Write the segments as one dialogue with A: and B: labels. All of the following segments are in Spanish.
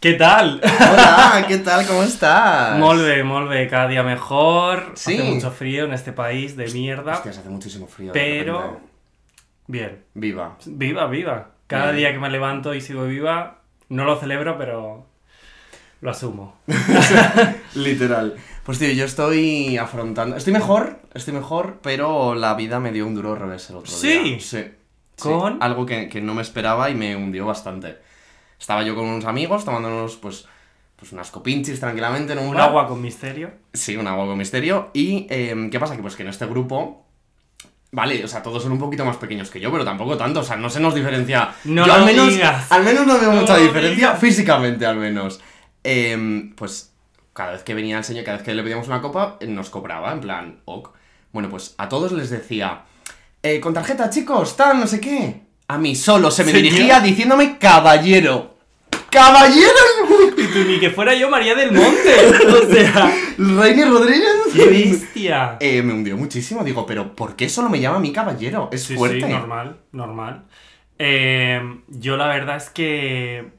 A: Què tal?
B: Hola, ¿qué tal? ¿Cómo estás?
A: Molt bé, molt bé, cada día mejor.
B: Sí.
A: Hace mucho frío en este país de mierda,
B: Hostias, hace muchísimo frío. de
A: pero
B: repente.
A: bien.
B: Viva.
A: Viva, viva. Cada
B: Bien.
A: día que me levanto y sigo viva, no lo celebro, pero lo asumo.
B: Literal. Pues tío, yo estoy afrontando... Estoy mejor, estoy mejor, pero la vida me dio un duro revés el otro
A: Sí.
B: día. Sí. Sí.
A: Con-
B: Algo que, que no me esperaba y me hundió bastante. Estaba yo con unos amigos tomándonos, pues... Pues unas copinchis tranquilamente en un
A: Un
B: bar.
A: agua con misterio.
B: Sí, un abogado misterio. Y eh, ¿qué pasa? Que pues que en este grupo. Vale, o sea, todos son un poquito más pequeños que yo, pero tampoco tanto. O sea, no se nos diferencia.
A: No
B: yo
A: lo
B: al menos.
A: digas.
B: Al menos no veo
A: No
B: mucha
A: lo
B: diferencia,
A: digas.
B: físicamente al menos. Em, pues cada vez que venía el señor, cada vez que le pedíamos una copa, eh, nos cobraba, en plan, ok. Bueno, pues a todos les decía. eh, con tarjeta, chicos, tal, no sé qué. A mí solo se me
A: Señor.
B: dirigía diciéndome caballero. ¡Caballero!
A: Y tú, ni que fuera yo María del Monte. O sea,
B: Reini Rodríguez.
A: qué bestia.
B: Eh, me hundió muchísimo, digo, pero ¿por qué solo me llama mi caballero? Es
A: Sí,
B: fuerte.
A: sí, normal, normal. Eh, yo la verdad es que el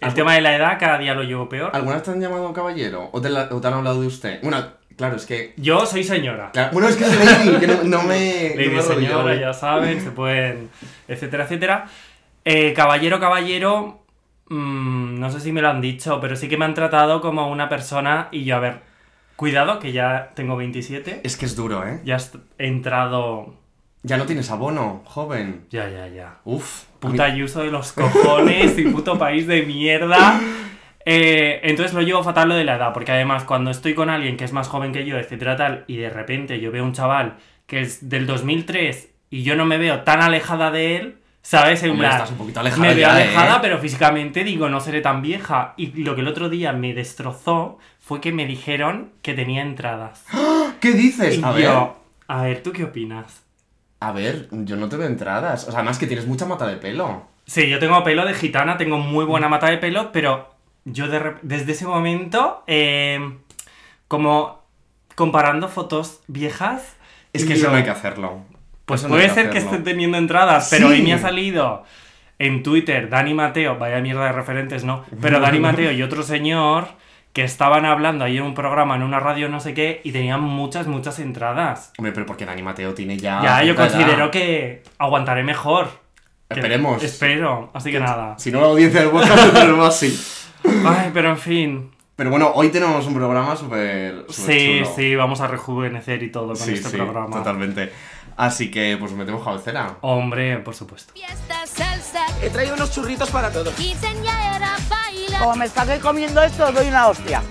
B: Algo-
A: tema de la edad cada día lo llevo peor.
B: ¿Alguna vez te han llamado caballero? ¿O te, la- o te han hablado de usted? Bueno, claro, es que.
A: Yo soy señora.
B: claro- bueno, es que soy lady, que no, no me. Eh, no
A: Ley
B: me
A: de
B: arrodillo,
A: señora,
B: güey.
A: ya saben, se pueden, etcétera, etcétera. Eh, caballero, caballero, mm, no sé si me lo han dicho, pero sí que me han tratado como una persona y yo, a ver, cuidado, que ya tengo 27,
B: Es que es duro, ¿eh?
A: ya est- he entrado...
B: Ya no tienes abono, joven.
A: Ya, ya, ya.
B: Uf. a mí-
A: Puta Ayuso de los cojones y puto país de mierda. Eh, entonces lo llevo fatal lo de la edad, porque además cuando estoy con alguien que es más joven que yo, etcétera, tal, y de repente yo veo un chaval que es del 2003 y yo no me veo tan alejada de él, ¿sabes? En
B: Hombre,
A: plan,
B: estás un poquito alejada
A: me veo
B: ya, ¿eh?
A: alejada, pero físicamente digo, no seré tan vieja. Y lo que el otro día me destrozó fue que me dijeron que tenía entradas.
B: ¿Qué dices?
A: Y
B: A ver.
A: yo, a ver, ¿tú qué opinas?
B: A ver, yo no te veo entradas. O sea, además que tienes mucha mata de pelo.
A: Sí, yo tengo pelo de gitana, tengo muy
B: Mm.
A: buena mata de pelo, pero yo de rep- desde ese momento, eh, como comparando fotos viejas,
B: Es que
A: y
B: eso
A: yo,
B: no hay que hacerlo.
A: Pues
B: Eso no hay
A: puede ser que
B: hacerlo.
A: esté teniendo entradas, pero
B: Sí.
A: hoy me ha salido en Twitter Dani Mateo, vaya mierda de referentes, ¿no? Pero Dani Mateo y otro señor que estaban hablando ahí en un programa, en una radio, no sé qué, y tenían muchas, muchas entradas.
B: Hombre, pero porque Dani Mateo tiene ya.
A: ya, yo
B: cierta edad.
A: considero que aguantaré mejor. Que-
B: Esperemos.
A: Espero, así que nada.
B: Si no, la audiencia del podcast te lo así.
A: Ay, pero en fin.
B: Pero bueno, hoy tenemos un programa súper súper
A: Sí,
B: chulo.
A: sí, vamos a rejuvenecer y todo con
B: Sí,
A: este
B: sí,
A: programa.
B: totalmente. Así que pues metemos cabecera.
A: Hombre, por supuesto.
C: Fiesta, salsa,
D: He traído unos churritos para todos.
C: quinceañera, baila.
E: Como me estaré comiendo esto, os doy una hostia.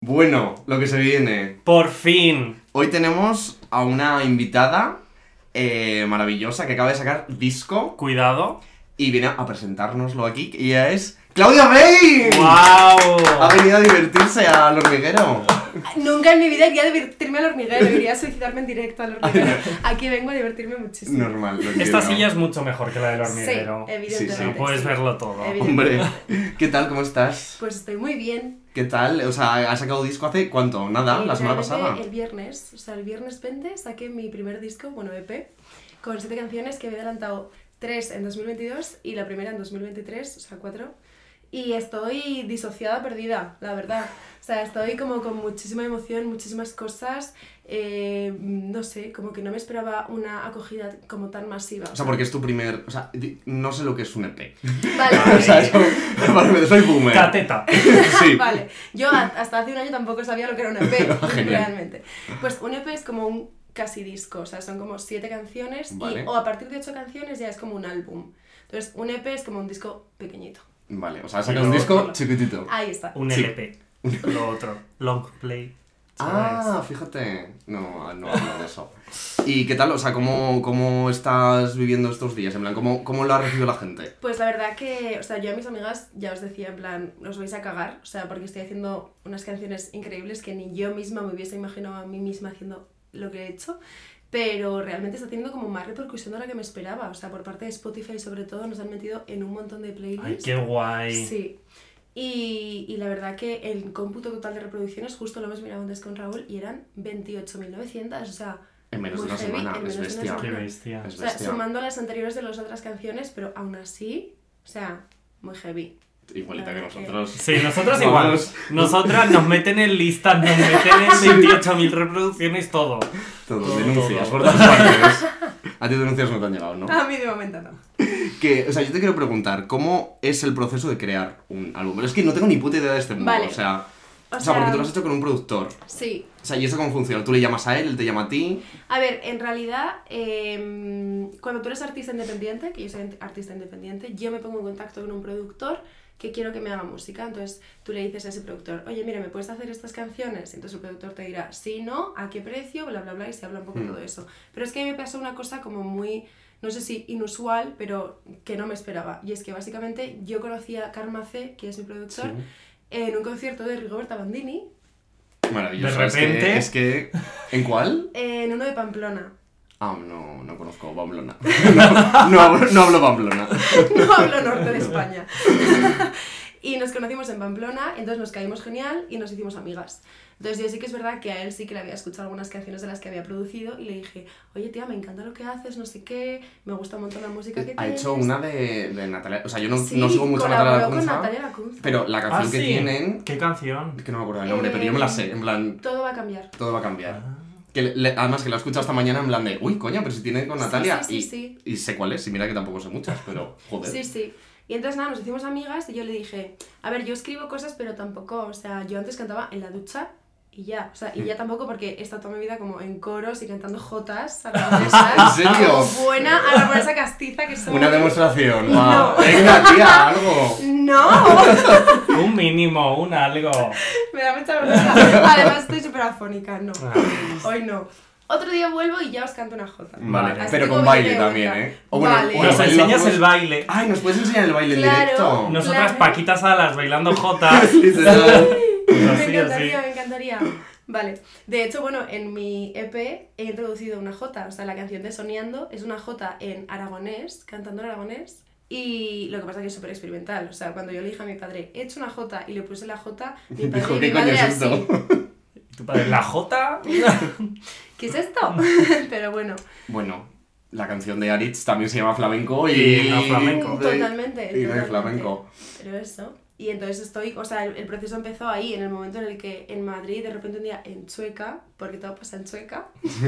B: Bueno, lo que se viene.
A: Por fin.
B: Hoy tenemos a una invitada eh, maravillosa que acaba de sacar disco
A: Cuidado.
B: y viene a presentárnoslo aquí. Y ella es Claudia Bey. Ha
A: ¡Wow!
B: venido a divertirse al hormiguero.
F: Nunca en mi vida iría a divertirme al hormiguero, iría a suicidarme en directo al hormiguero. Aquí vengo a divertirme muchísimo.
B: Normal. Lo
A: Esta
B: entiendo.
A: silla es mucho mejor que la del
F: sí,
A: hormiguero.
F: evidentemente.
B: Sí, sí.
A: Puedes
F: sí.
A: verlo todo.
F: Evidente-
B: Hombre, ¿qué tal? ¿Cómo estás?
F: Pues estoy muy bien.
B: ¿Qué tal? O sea, has sacado disco hace cuánto? Nada,
F: Y
B: la semana
F: realmente
B: pasada.
F: El viernes, o sea, el viernes 20 saqué mi primer disco, bueno, EP, con siete canciones que había adelantado tres en 2022 y la primera en 2023, o sea, cuatro. Y estoy disociada, perdida, la verdad. O sea, estoy como con muchísima emoción, muchísimas cosas. eh, no sé, como que no me esperaba una acogida como tan masiva.
B: O sea, porque es tu primer. O sea, di- no sé lo que es un EP.
F: Vale.
B: O sea, es como- Vale, me- soy boomer.
A: Cateta.
B: Sí. Ah,
F: Vale, yo a- hasta hace un año tampoco sabía lo que era un EP,
B: Genial.
F: realmente. Pues un EP es como un casi disco, o sea, son como siete canciones
B: Vale.
F: y, o a partir de ocho canciones ya es como un álbum. Entonces, un EP es como un disco pequeñito.
B: Vale, o sea, sacas un
A: Pero-
B: disco chiquitito.
F: Ahí está.
A: Un
B: Sí.
A: LP. Lo otro. Long play.
B: Ah, fíjate. No, no hablo de eso. ¿Y qué tal? O sea, ¿cómo, cómo estás viviendo estos días? En plan, ¿cómo, cómo lo ha recibido la gente?
F: Pues la verdad que, o sea, yo a mis amigas ya os decía en plan, os vais a cagar, o sea, porque estoy haciendo unas canciones increíbles que ni yo misma me hubiese imaginado a mí misma haciendo lo que he hecho, pero realmente está teniendo como más repercusión de la que me esperaba, o sea, por parte de Spotify sobre todo nos han metido en un montón de playlists.
A: Ay, qué guay.
F: Sí. Y, y la verdad que el cómputo total de reproducciones, justo lo hemos mirado antes con Raúl, y eran 28.900, o sea...
B: En menos de
F: muy
B: una
F: heavy,
B: semana,
F: en
B: es
F: menos de una
B: bestia.
A: Qué
F: semana.
A: bestia.
B: Es
F: O sea,
B: bestia.
F: sumando las anteriores de las otras canciones, pero aún así, o sea, muy heavy.
B: igualita que nosotros.
A: Sí, nosotros
B: Vamos.
A: igual. Nosotras nos meten en listas, nos meten en 28.000 reproducciones, todo.
B: Todo,
A: Todo,
B: denuncias
A: todo.
B: por todas partes. A ti denuncias no te han llegado, ¿no?
F: A mí de momento no.
B: Que, o sea, yo te quiero preguntar, ¿cómo es el proceso de crear un álbum? Pero es que no tengo ni puta idea de este mundo,
F: Vale.
B: o sea...
F: O
B: O, sea, porque
F: sea-
B: tú lo has hecho con un productor. O
F: Sí,
B: sea, ¿y eso cómo funciona? Tú le llamas a él, él te llama a ti.
F: A ver, en realidad, eh, cuando tú eres artista independiente, que yo soy artista independiente, yo me pongo en contacto con un productor que quiero que me haga música. Entonces tú le dices a ese productor, oye, mira, ¿me puedes hacer estas canciones? Entonces el productor te dirá, sí, no, a qué precio, bla, bla, bla, y se habla un poco
B: Mm.
F: todo eso. Pero es que a mí me pasó una cosa como muy, no sé si inusual, pero que no me esperaba. Y es que básicamente yo conocí a Karma C, que es mi productor, en un concierto de Rigoberta Bandini,
B: Maravilloso.
A: De
B: es
A: repente-
B: que- Es que, ¿En cuál?
F: en uno de Pamplona.
B: Ah, no, no conozco Pamplona. No, no, hablo- no hablo Pamplona.
F: no hablo norte de España. y nos conocimos en Pamplona, entonces nos caímos genial y nos hicimos amigas. Entonces yo sí que es verdad que a él sí que le había escuchado algunas canciones de las que había producido y le dije, oye tía, me encanta lo que haces, no sé qué, me gusta un montón la música que
B: Ha
F: tienes.
B: hecho una de, de Natalia... O sea, yo no,
F: Sí,
B: no sigo mucho a Natalia
F: colaboró con
B: Lacunza,
F: Natalia Lacunza.
B: pero la canción
A: Ah,
B: que
A: sí.
B: tienen...
A: ¿Qué canción?
B: Que no me acuerdo el nombre, pero yo me
F: Eh,
B: la sé, en plan...
F: Todo va a cambiar.
B: Todo va a cambiar. Que le- le- además que la he escuchado esta mañana en plan de, uy, coño, pero si tiene con
F: Sí,
B: Natalia.
F: sí,
B: y,
F: sí, sí.
B: y sé cuál es, y mira que tampoco sé muchas, pero joder.
F: Sí, sí. Y entonces nada, nos hicimos amigas y yo le dije, a ver, yo escribo cosas, pero tampoco, o sea, yo antes cantaba en la ducha y ya, o sea, y ya tampoco porque he estado toda mi vida como en coros y cantando jotas aragonesas,
B: ¿En serio?
F: como buena aragonesa castiza que soy.
B: Una demostración. va. Venga, tía, algo.
F: ¡No!
A: Un mínimo, un algo.
F: Me da mucha vergüenza. Además estoy súper afónica, no.
A: Ah,
F: Hoy no. Otro día vuelvo y ya os canto una jota.
B: Vale,
F: Así
B: pero
F: que
B: con
F: voy
B: baile
F: de
B: también,
F: vuelta.
B: ¿eh? O bueno,
F: Vale.
B: bueno,
A: Nos
B: baile lo
A: enseñas
B: hacemos-
A: el baile.
B: Ay, ¿nos puedes enseñar el baile
F: Claro.
B: en directo?
A: Nosotras
F: claro.
A: Paquitas Salas bailando Jotas.
B: Literal.
F: me
A: Así, así.
F: encantaría, me encantaría. Vale. De hecho, bueno, en mi EP he introducido una J, o sea, la canción de Soñando es una J en aragonés, cantando en aragonés. Y lo que pasa es que es súper experimental. O sea, cuando yo le dije a mi padre, he hecho una J y le puse la J, mi padre
B: Dijo,
F: y mi
B: ¿qué coño
F: madre
B: es
F: así.
B: esto?
A: Tu padre, La Jota.
F: ¿Qué es esto? Pero bueno,
B: Bueno, la canción de Aritz también se llama flamenco y...
A: Y no flamenco.
F: Mm, totalmente.
B: Y no
F: totalmente.
B: es flamenco.
F: Pero eso. Y entonces estoy, o sea, el, el proceso empezó ahí, en el momento en el que en Madrid, de repente un día en Chueca, porque todo pasa en Chueca,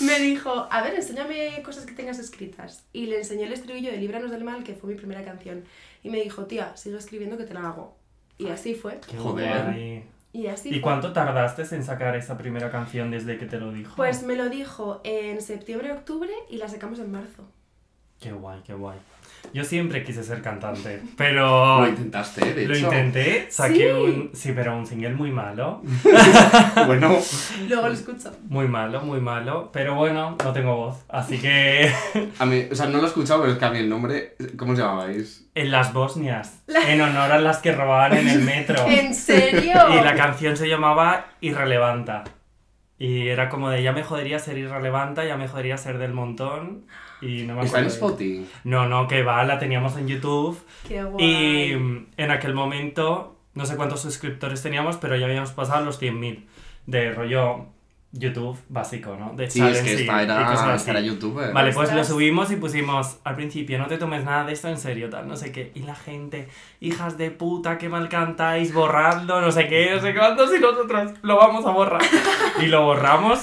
F: me dijo, a ver, enséñame cosas que tengas escritas. Y le enseñé el estribillo de Líbranos del Mal, que fue mi primera canción. Y me dijo, tía, sigo escribiendo que te la hago. Y así fue.
A: Qué
B: Joder.
A: guay.
F: Y así
A: ¿Y
F: fue.
A: cuánto tardaste en sacar esa primera canción desde que te lo dijo?
F: Pues me lo dijo en septiembre, octubre y la sacamos en marzo.
A: Qué guay, qué guay. Yo siempre quise ser cantante, pero
B: Lo intentaste, de hecho.
A: lo intenté, saqué
F: Sí.
A: un... Sí, pero un single muy malo.
B: Bueno,
F: Luego lo escucho.
A: Muy malo, muy malo. Pero bueno, no tengo voz. Así que
B: a mí, o sea, no lo he escuchado, pero es que a mí el nombre... ¿Cómo os llamabais?
A: en las Bosnias, en honor a las que robaban en el metro.
F: ¿En serio?
A: Y la canción se llamaba Irrelevanta. Y era como de ya me jodería ser irrelevanta, ya me jodería ser del montón. Y no me
B: Está en
A: acuerdo.
B: Spotify.
A: No, no, que va, la teníamos en YouTube.
F: Qué guay.
A: Y mm, en aquel momento, no sé cuántos suscriptores teníamos, pero ya habíamos pasado los 100.000 de rollo YouTube básico, ¿no? De
B: Sí, es
A: challenge y-
B: que esta
A: y cosas
B: era,
A: así.
B: esta era youtuber.
A: Vale, pues lo
F: Ostras.
A: subimos y pusimos al principio, no te tomes nada de esto en serio, tal, no sé qué. Y la gente, hijas de puta, qué mal cantáis, borradlo, no sé qué, no sé cuántos, y nosotros lo vamos a borrar. y lo borramos,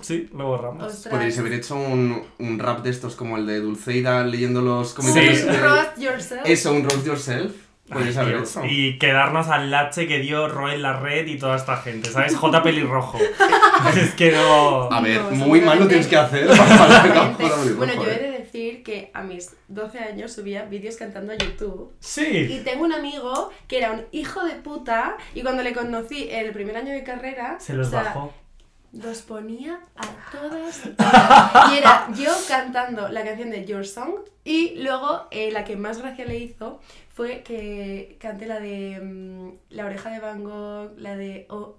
A: sí, lo borramos.
F: Ostras.
B: Podríais haber hecho un, un rap de estos como el de Dulceida leyendo los
F: Un
B: comentarios.
A: Sí.
B: de-
F: Trust yourself.
B: eh, Eso, un roast yourself. pues Podríais
A: Ay,
B: haber
A: Dios,
B: hecho.
A: Y quedarnos al lache que dio Roy en la red y toda esta gente, ¿sabes? J pelirrojo. es que no.
B: A ver,
F: No,
B: muy
F: seguramente.
B: mal lo tienes que hacer para sacar
F: Exactamente.
B: J pelirrojo,
F: Bueno, yo he
B: eh.
F: de decir que a mis 12 años subía vídeos cantando a YouTube.
A: Sí.
F: Y tengo un amigo que era un hijo de puta y cuando le conocí el primer año de carrera...
A: Se los
F: o sea,
A: bajó.
F: Los ponía a todas. horas. Y era yo cantando la canción de Your Song y luego eh, la que más gracia le hizo fue que canté la de mm, La oreja de Van Gogh, la de Oh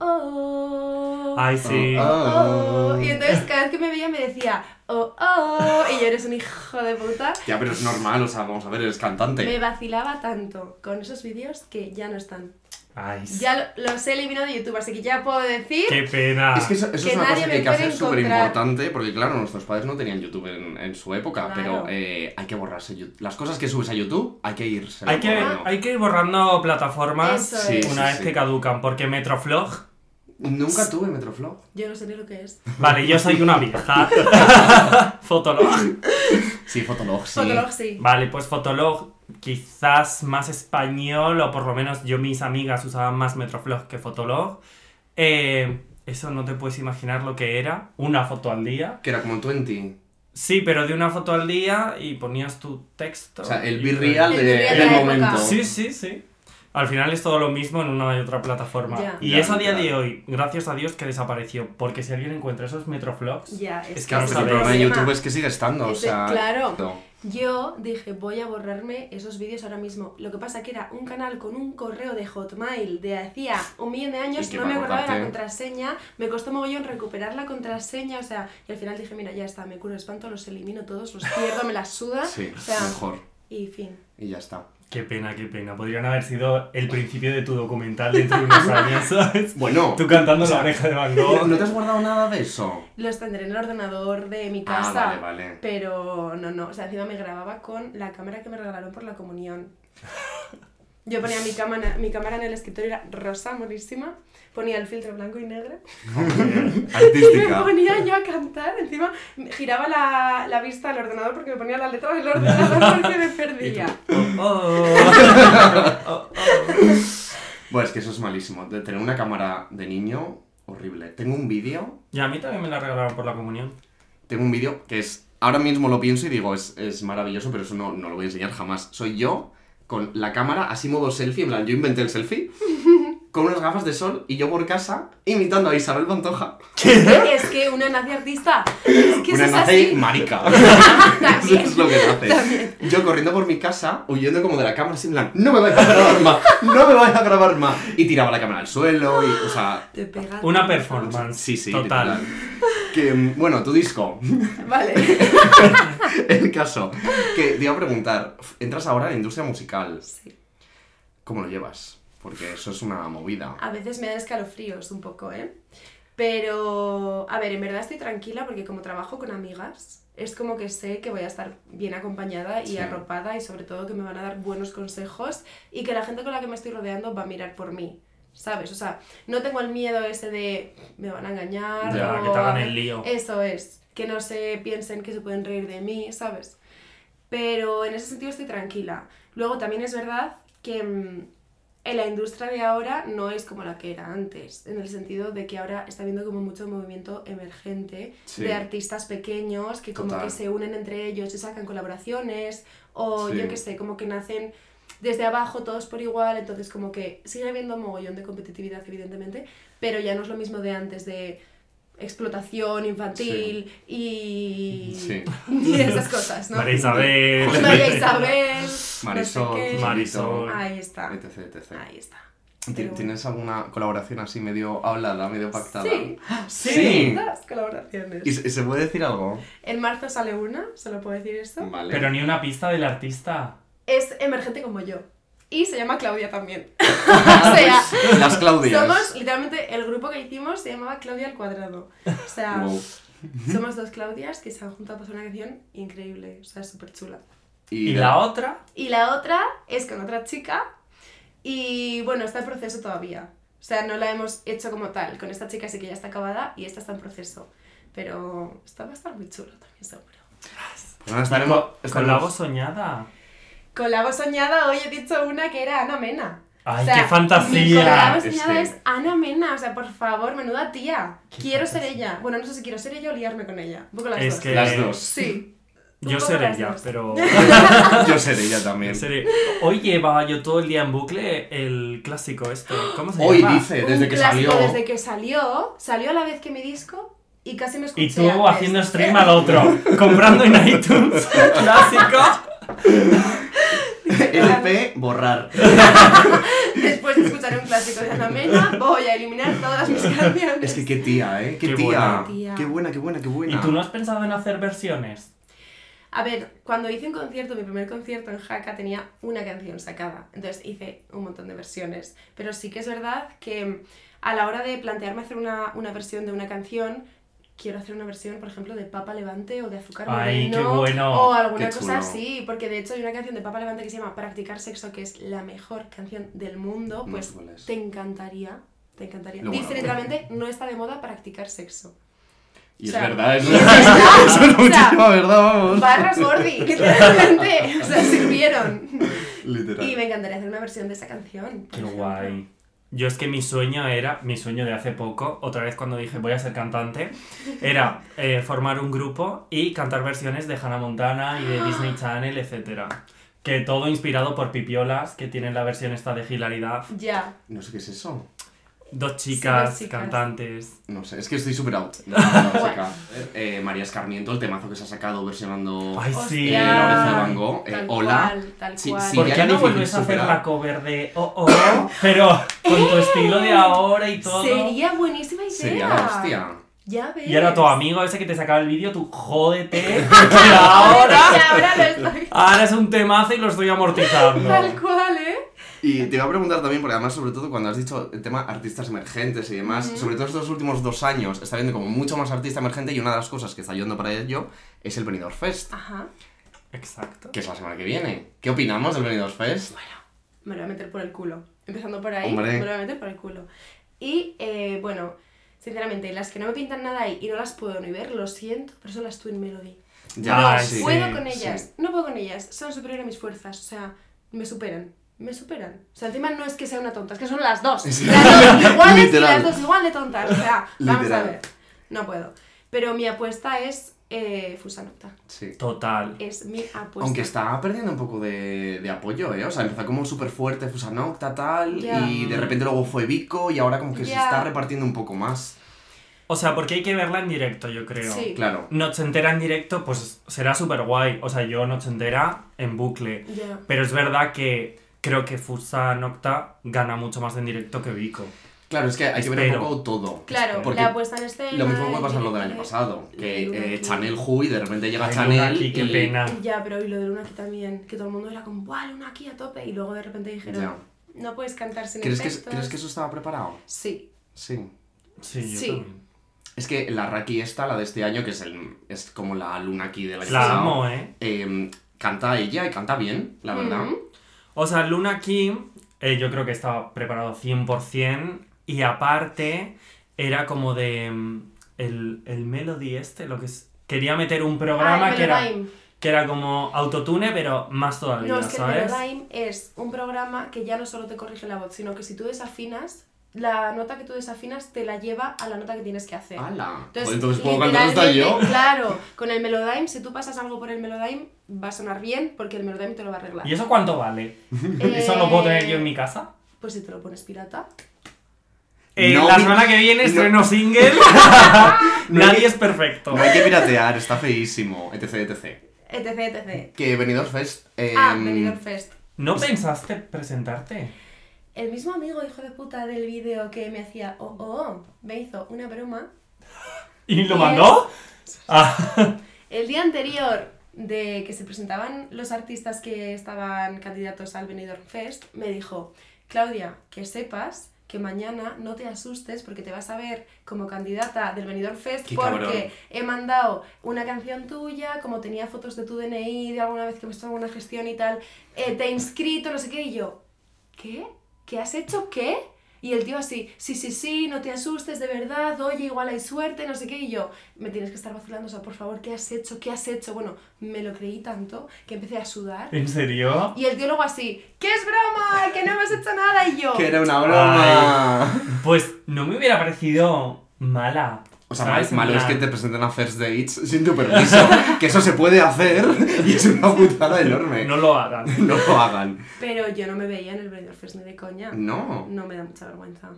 F: Oh.
A: Ay, sí.
B: Oh,
F: oh. Y entonces cada vez que me veía me decía, oh, oh, y yo eres un hijo de puta.
B: Ya, pero es normal, o sea, vamos a ver, eres
F: Me
B: cantante.
F: vacilaba tanto con esos vídeos que ya no están.
A: Ay, sí.
F: Ya lo- los he eliminado de YouTube, así que ya puedo decir.
A: qué pena.
B: Es que eso, eso
F: Que
B: es una
F: nadie
B: cosa que
F: me
B: hay que
F: puede
B: hacer súper
F: encontrar.
B: importante, porque claro, nuestros padres no tenían YouTube en, en su época,
F: Claro.
B: pero eh, hay que borrarse YouTube. Las cosas que subes a YouTube hay que irse.
A: Hay que,
B: borrando.
A: hay que ir borrando plataformas
F: Eso es.
A: una
B: Sí,
A: vez
B: sí,
A: que
B: sí.
A: caducan, porque Metroflog.
B: Nunca tuve Metroflog.
F: Yo no sé ni lo que es.
A: Vale, yo soy una vieja. Fotolog.
B: Sí, Fotolog, sí.
F: Fotolog sí.
A: Vale, pues Fotolog quizás más español, o por lo menos yo mis amigas usaban más Metroflog que Fotolog. Eh, eso no te puedes imaginar lo que era. Una foto al día.
B: Que era como 20.
A: Sí, pero de una foto al día y ponías tu texto.
B: O sea, el
A: y-
B: virreal
F: El
B: de,
F: birreal
B: del
F: de la época.
B: momento.
A: Sí, sí, sí. Al final es todo lo mismo en una y otra plataforma.
F: Ya.
A: Y
B: Ya,
A: eso a día de
B: ya.
A: hoy, gracias a Dios que desapareció. Porque si alguien encuentra esos Metroflogs.
F: Ya,
A: Es
F: es
A: que
B: Claro,
F: que
A: no
B: pero el
A: sabes.
B: problema Este de YouTube
F: Encima,
B: es que sigue estando, o
F: ese-
B: sea...
F: claro.
B: no.
F: Yo dije, voy a borrarme esos vídeos ahora mismo. Lo que pasa que era un canal con un correo de Hotmail de hacía un millón de años,
B: Y que
F: no
B: para
F: me acordaba de la
B: acordarte.
F: contraseña, me costó mogollón recuperar la contraseña, o sea, y al final dije, mira, ya está, me curo el espanto, los elimino todos, los pierdo, me las suda,
B: Sí,
F: Ah, o sea,
B: mejor.
F: y fin.
B: Y ya está.
A: Qué pena, qué pena. Podrían haber sido el principio de tu documental dentro de unos años, ¿sabes?
B: Bueno,
A: Tú cantando la oreja de Van
B: ¿no,
A: Gogh.
B: no te has guardado nada de eso?
F: Los tendré en el ordenador de mi
B: Ah,
F: casa,
B: vale, vale.
F: pero no, no, o sea, encima me grababa con la cámara que me regalaron por la comunión. Yo ponía mi cámara, mi cámara en el escritorio, era rosa, monísima, ponía el filtro blanco y negro. Y me
B: Artística.
F: ponía yo a cantar, encima giraba la, la vista al ordenador porque me ponía la letra del ordenador porque me perdía.
B: Oh, Bueno, es que eso es malísimo. De tener una cámara de niño, horrible. Tengo un vídeo,
A: Y a mí también me la regalaron por la comunión.
B: tengo un vídeo que es... Ahora mismo lo pienso y digo, es, es maravilloso, pero eso no, no lo voy a enseñar jamás. Soy yo con la cámara, así modo selfie, en plan, yo inventé el selfie, con unas gafas de sol y yo por casa imitando a Isabel Pantoja.
F: Es que una nazi artista, es que
B: una
F: eso es
B: nazi
F: así.
B: marica. Eso
F: También.
B: es lo que hace.
F: También.
B: Yo corriendo por mi casa, huyendo como de la cámara, así en plan, no me vais a grabar más, no me vais a grabar más. Y tiraba la cámara al suelo y, o sea...
F: Te pega.
A: Una performance.
B: Sí, sí,
A: Total.
B: literal. Que, mm, bueno, tu disco.
F: Vale.
B: El caso. Que te iba a preguntar, entras ahora en la industria musical.
F: Sí.
B: ¿Cómo lo llevas? Porque eso es una movida.
F: A veces me dan escalofríos un poco, ¿eh? Pero, a ver, en verdad estoy tranquila porque como trabajo con amigas, es como que sé que voy a estar bien acompañada y
B: Sí.
F: arropada y sobre todo que me van a dar buenos consejos y que la gente con la que me estoy rodeando va a mirar por mí, ¿sabes? O sea, no tengo el miedo ese de me van a engañar
A: Ya,
F: o
A: que te hagan
F: a
A: el lío.
F: Eso Ah, es, que no se piensen que se pueden reír de mí, ¿sabes? Pero en ese sentido estoy tranquila. Luego también es verdad que mm, en la industria de ahora no es como la que era antes, en el sentido de que ahora está habiendo como mucho movimiento emergente
B: Sí.
F: de artistas pequeños que como
B: Total.
F: que se unen entre ellos y sacan colaboraciones o
B: Sí.
F: yo qué sé, como que nacen desde abajo todos por igual, entonces como que sigue habiendo mogollón de competitividad evidentemente, pero ya no es lo mismo de antes de explotación infantil y...
B: Sí.
F: y esas cosas, ¿no?
A: María Isabel.
F: María Isabel, no sé
B: Marisol, ah,
F: qué.
A: Marisol.
F: Ahí está.
B: etc, etc.
F: Ahí está.
B: ¿Ti-
F: Pero bueno.
B: ¿Tienes alguna colaboración así medio hablada, medio pactada?
F: Sí.
B: sí.
F: Las colaboraciones.
B: ¿Y se se puede decir algo?
F: En marzo sale una, solo puedo decir esto.
B: Vale.
A: Pero ni una pista del artista.
F: Es emergente como yo. Y se llama Claudia también. o sea,
A: pues.
B: Las Claudias.
F: somos literalmente el grupo que hicimos se llamaba Claudia al cuadrado. O sea,
B: Wow.
F: somos dos Claudias que se han juntado para hacer una canción increíble, o sea, súper chula.
A: Y la otra.
F: Y la otra es con otra chica y bueno, está en proceso todavía. O sea, no la hemos hecho como tal. Con esta chica sí que ya está acabada y esta está en proceso. Pero esta va a estar muy chulo también, seguro.
B: Pues nada, estaremos,
A: Con, con
B: estaremos-
A: la voz soñada.
F: Con la voz soñada hoy he dicho una que era Ana Mena.
A: ¡Ay,
F: O sea,
A: qué fantasía!
F: mi colada
B: Es
F: soñada
B: que-
F: es Ana Mena, o sea, por favor, menuda tía. Quiero ser ella. Bueno, no sé si quiero ser ella o liarme con ella. Un poco las
A: Es
F: dos.
A: que-
B: Las dos.
F: Sí. Un
A: Yo
F: poco
A: seré
F: las
A: ella,
F: dos.
A: pero.
B: Yo seré ella también.
A: seré- Hoy llevaba yo todo el día en bucle el clásico este. ¿Cómo se
B: Hoy
A: llama?
B: dice, desde
F: Un
B: que
F: clásico
B: salió.
F: Desde que salió, salió a la vez que mi disco y casi me escuché
A: Y tú
F: antes.
A: haciendo stream al otro, comprando en iTunes. ¡Clásico!
B: LP borrar.
F: Después de escuchar un clásico de Ana Mena, voy a eliminar todas mis canciones.
B: Es que qué tía, ¿eh? Qué,
A: Qué
B: tía.
A: buena.
F: Tía.
B: Qué buena, qué buena, qué buena.
A: ¿Y tú no has pensado en hacer versiones?
F: A ver, cuando hice un concierto, mi primer concierto en Jaca tenía una canción sacada, entonces hice un montón de versiones, pero sí que es verdad que mm, a la hora de plantearme hacer una, una versión de una canción, quiero hacer una versión, por ejemplo, de Papa Levante o de Azúcar
A: Ay,
F: Moreno
A: qué bueno,
F: o alguna
B: qué
F: cosa
B: chulo.
F: así, porque de hecho hay una canción de Papa Levante que se llama Practicar Sexo, que es la mejor canción del mundo,
B: No
F: pues
B: sé Mm, cuál es.
F: te encantaría. Te encantaría.
B: Lo bueno,
F: Dice literalmente, no está de moda practicar sexo.
B: Y
F: O sea,
B: es verdad, es
F: y
B: verdad. Eso es
F: O sea,
B: muchísima verdad, vamos.
F: Barras Gordi, literalmente. O sea, sirvieron.
B: Literal.
F: Y me encantaría hacer una versión de esa canción. por
A: Qué
F: ejemplo.
A: guay. Yo es que mi sueño era, mi sueño de hace poco, otra vez cuando dije voy a ser cantante, era eh, formar un grupo y cantar versiones de Hannah Montana y de Disney Channel, etc. Que todo inspirado por Pipiolas, que tienen la versión esta de Hilaridad.
F: Ya.
B: No sé qué es eso.
A: Dos chicas,
F: dos chicas.
A: cantantes.
B: No sé, es que estoy super out. de la música. Eh, María Escarmiento, el temazo que se ha sacado versionando
A: Ay, sí.
B: eh,
F: Hostia.
B: la oreja de Van Gogh. Eh,
F: Tal
B: hola.
F: cual, tal
B: Sí,
F: cual.
B: sí,
A: ¿Por
B: ya
A: qué
B: es
A: no
B: difícil
A: vuelves a hacer
B: superar.
A: la cover de oh oh? Pero con tu estilo de ahora y todo.
F: Sería buenísima idea.
B: Sería la hostia.
F: Ya ves.
A: Y era tu amigo ese que te sacaba el vídeo, tú jódete.
F: Y
A: que ahora,
F: ahora lo estoy.
A: ahora es un temazo y lo estoy amortizando.
F: Tal cual, ¿eh?
B: Y te iba a preguntar también, porque además, sobre todo cuando has dicho el tema artistas emergentes y demás, sobre todo estos últimos dos años, está viendo como mucho más artista emergente y una de las cosas que está ayudando para ello es el Benidorm Fest,
F: Ajá.
A: Exacto.
B: que es la semana que viene. ¿Qué opinamos del Benidorm Fest?
F: Me lo voy a meter por el culo. Empezando por ahí,
B: Hombre.
F: me lo voy a meter por el culo. Y eh, bueno, sinceramente, las que no me pintan nada ahí y no las puedo ni ver, lo siento, pero son las Twin Melody.
A: Ya,
B: sí.
F: puedo con
B: sí.
F: ellas, no puedo con ellas, son superiores a mis fuerzas, o sea, me superan, me superan. O sea, encima no es que sea una tonta, es que son las dos.
B: Sí.
F: Las dos iguales y
B: Literal.
F: las dos igual de tontas, o sea, vamos
B: Literal.
F: a ver. No puedo. Pero mi apuesta es eh, Fusanota,
B: Sí.
A: Total.
F: es mi apuesta.
B: Aunque está perdiendo un poco de, de apoyo, ¿eh? O sea, empezó como súper fuerte Fusanocta, tal,
F: Ya.
B: y de repente luego fue Vico, y ahora como que se
F: Ya.
B: está repartiendo un poco más.
A: O sea, porque hay que verla en directo, yo creo.
F: Sí.
B: Claro.
A: Noche entera en directo, pues será súper guay. O sea, yo noche entera en bucle.
F: Ya.
A: Pero es verdad que creo que Fusa Nocta gana mucho más en directo que Vico.
B: Claro, es que hay que ver un
A: Espero.
B: poco todo.
F: Claro,
B: Porque
F: la apuesta en este.
B: Lo mismo puede pasar lo del año pasado,
F: y Luna
B: que eh,
F: aquí.
B: Chanel Who y de repente llega
A: Ay,
B: Chanel
A: Luna aquí, qué
B: y-
A: pena.
F: Ya, pero y lo de Luna aquí también, que todo el mundo era como, ¡buah, Luna aquí a tope! Y luego de repente dijeron,
B: Ya.
F: no puedes cantar sin
B: ¿Crees que,
F: efectos".
B: ¿Crees que eso estaba preparado?
F: Sí,
B: Sí.
A: Sí, yo
F: Sí.
A: también.
B: Es que la Raki esta, la de este año, que es, el, es como la luna aquí del año
A: La
B: pasado,
A: amo, ¿eh?
B: eh, canta ella y canta bien,
F: Mm,
B: la verdad.
F: Ujú.
A: O sea, Luna Kim, eh, yo creo que estaba preparado 100%. Y aparte, era como de. mm, El, el Melody este, lo que es. Quería meter un programa
F: Ah, el
A: que, era,
F: Melodyne.
A: que era como Autotune, pero más todavía,
F: No, es que
A: ¿sabes?
F: el Melodyne es un programa que ya no solo te corrige la voz, sino que si tú desafinas, la nota que tú desafinas te la lleva a la nota que tienes que hacer.
B: ¡Hala! Joder, Entonces puedo cantar hasta yo.
F: literalmente, Claro, con el Melodyne, si tú pasas algo por el Melodyne, va a sonar bien porque el Melodyne te lo va a arreglar.
A: ¿Y eso cuánto vale?
F: Eh,
A: ¿Eso lo puedo tener yo en mi casa?
F: Pues si te lo pones pirata.
A: Eh,
B: No,
A: la
B: mi-
A: semana que viene
B: no.
A: estreno single. Nadie
B: que-
A: es perfecto.
B: No hay que piratear, está feísimo, etc, etc.
F: etc, etc.
B: Que Benidorm Fest... eh,
F: Ah, Benidorm Fest.
A: ¿No pensaste presentarte?
F: El mismo amigo hijo de puta del vídeo que me hacía oh, oh, oh, me hizo una broma
A: ¿Y lo
F: Yes.
A: mandó? Ah,
F: el día anterior de que se presentaban los artistas que estaban candidatos al Benidorm Fest, me dijo, Claudia, que sepas que mañana no te asustes porque te vas a ver como candidata del Benidorm Fest
B: Qué
F: porque
B: cabrón.
F: he mandado una canción tuya, como tenía fotos de tu DNI, de alguna vez que me estuvo en una gestión y tal, eh, te he inscrito, no sé qué, y yo, ¿qué? ¿Qué has hecho? ¿Qué? Y el tío así, sí, sí, sí, no te asustes, de verdad, oye, igual hay suerte, no sé qué, y yo, me tienes que estar vacilando, o sea, por favor, ¿qué has hecho? ¿Qué has hecho? Bueno, me lo creí tanto que empecé a sudar.
A: ¿En serio?
F: Y el tío luego así, ¡que es broma! ¡Que no me has hecho nada! Y yo,
B: Que era una broma.
A: Pues no me hubiera parecido mala.
B: O sea,
A: ¿sabes?
B: mal- malo
A: En
B: es que te
A: plan,
B: presenten a first dates sin tu permiso. que eso se puede hacer y es una putada enorme.
A: No lo hagan.
B: No lo hagan.
F: pero yo no me veía en el Benidorm Fest ni de coña.
B: No.
F: No me da mucha vergüenza.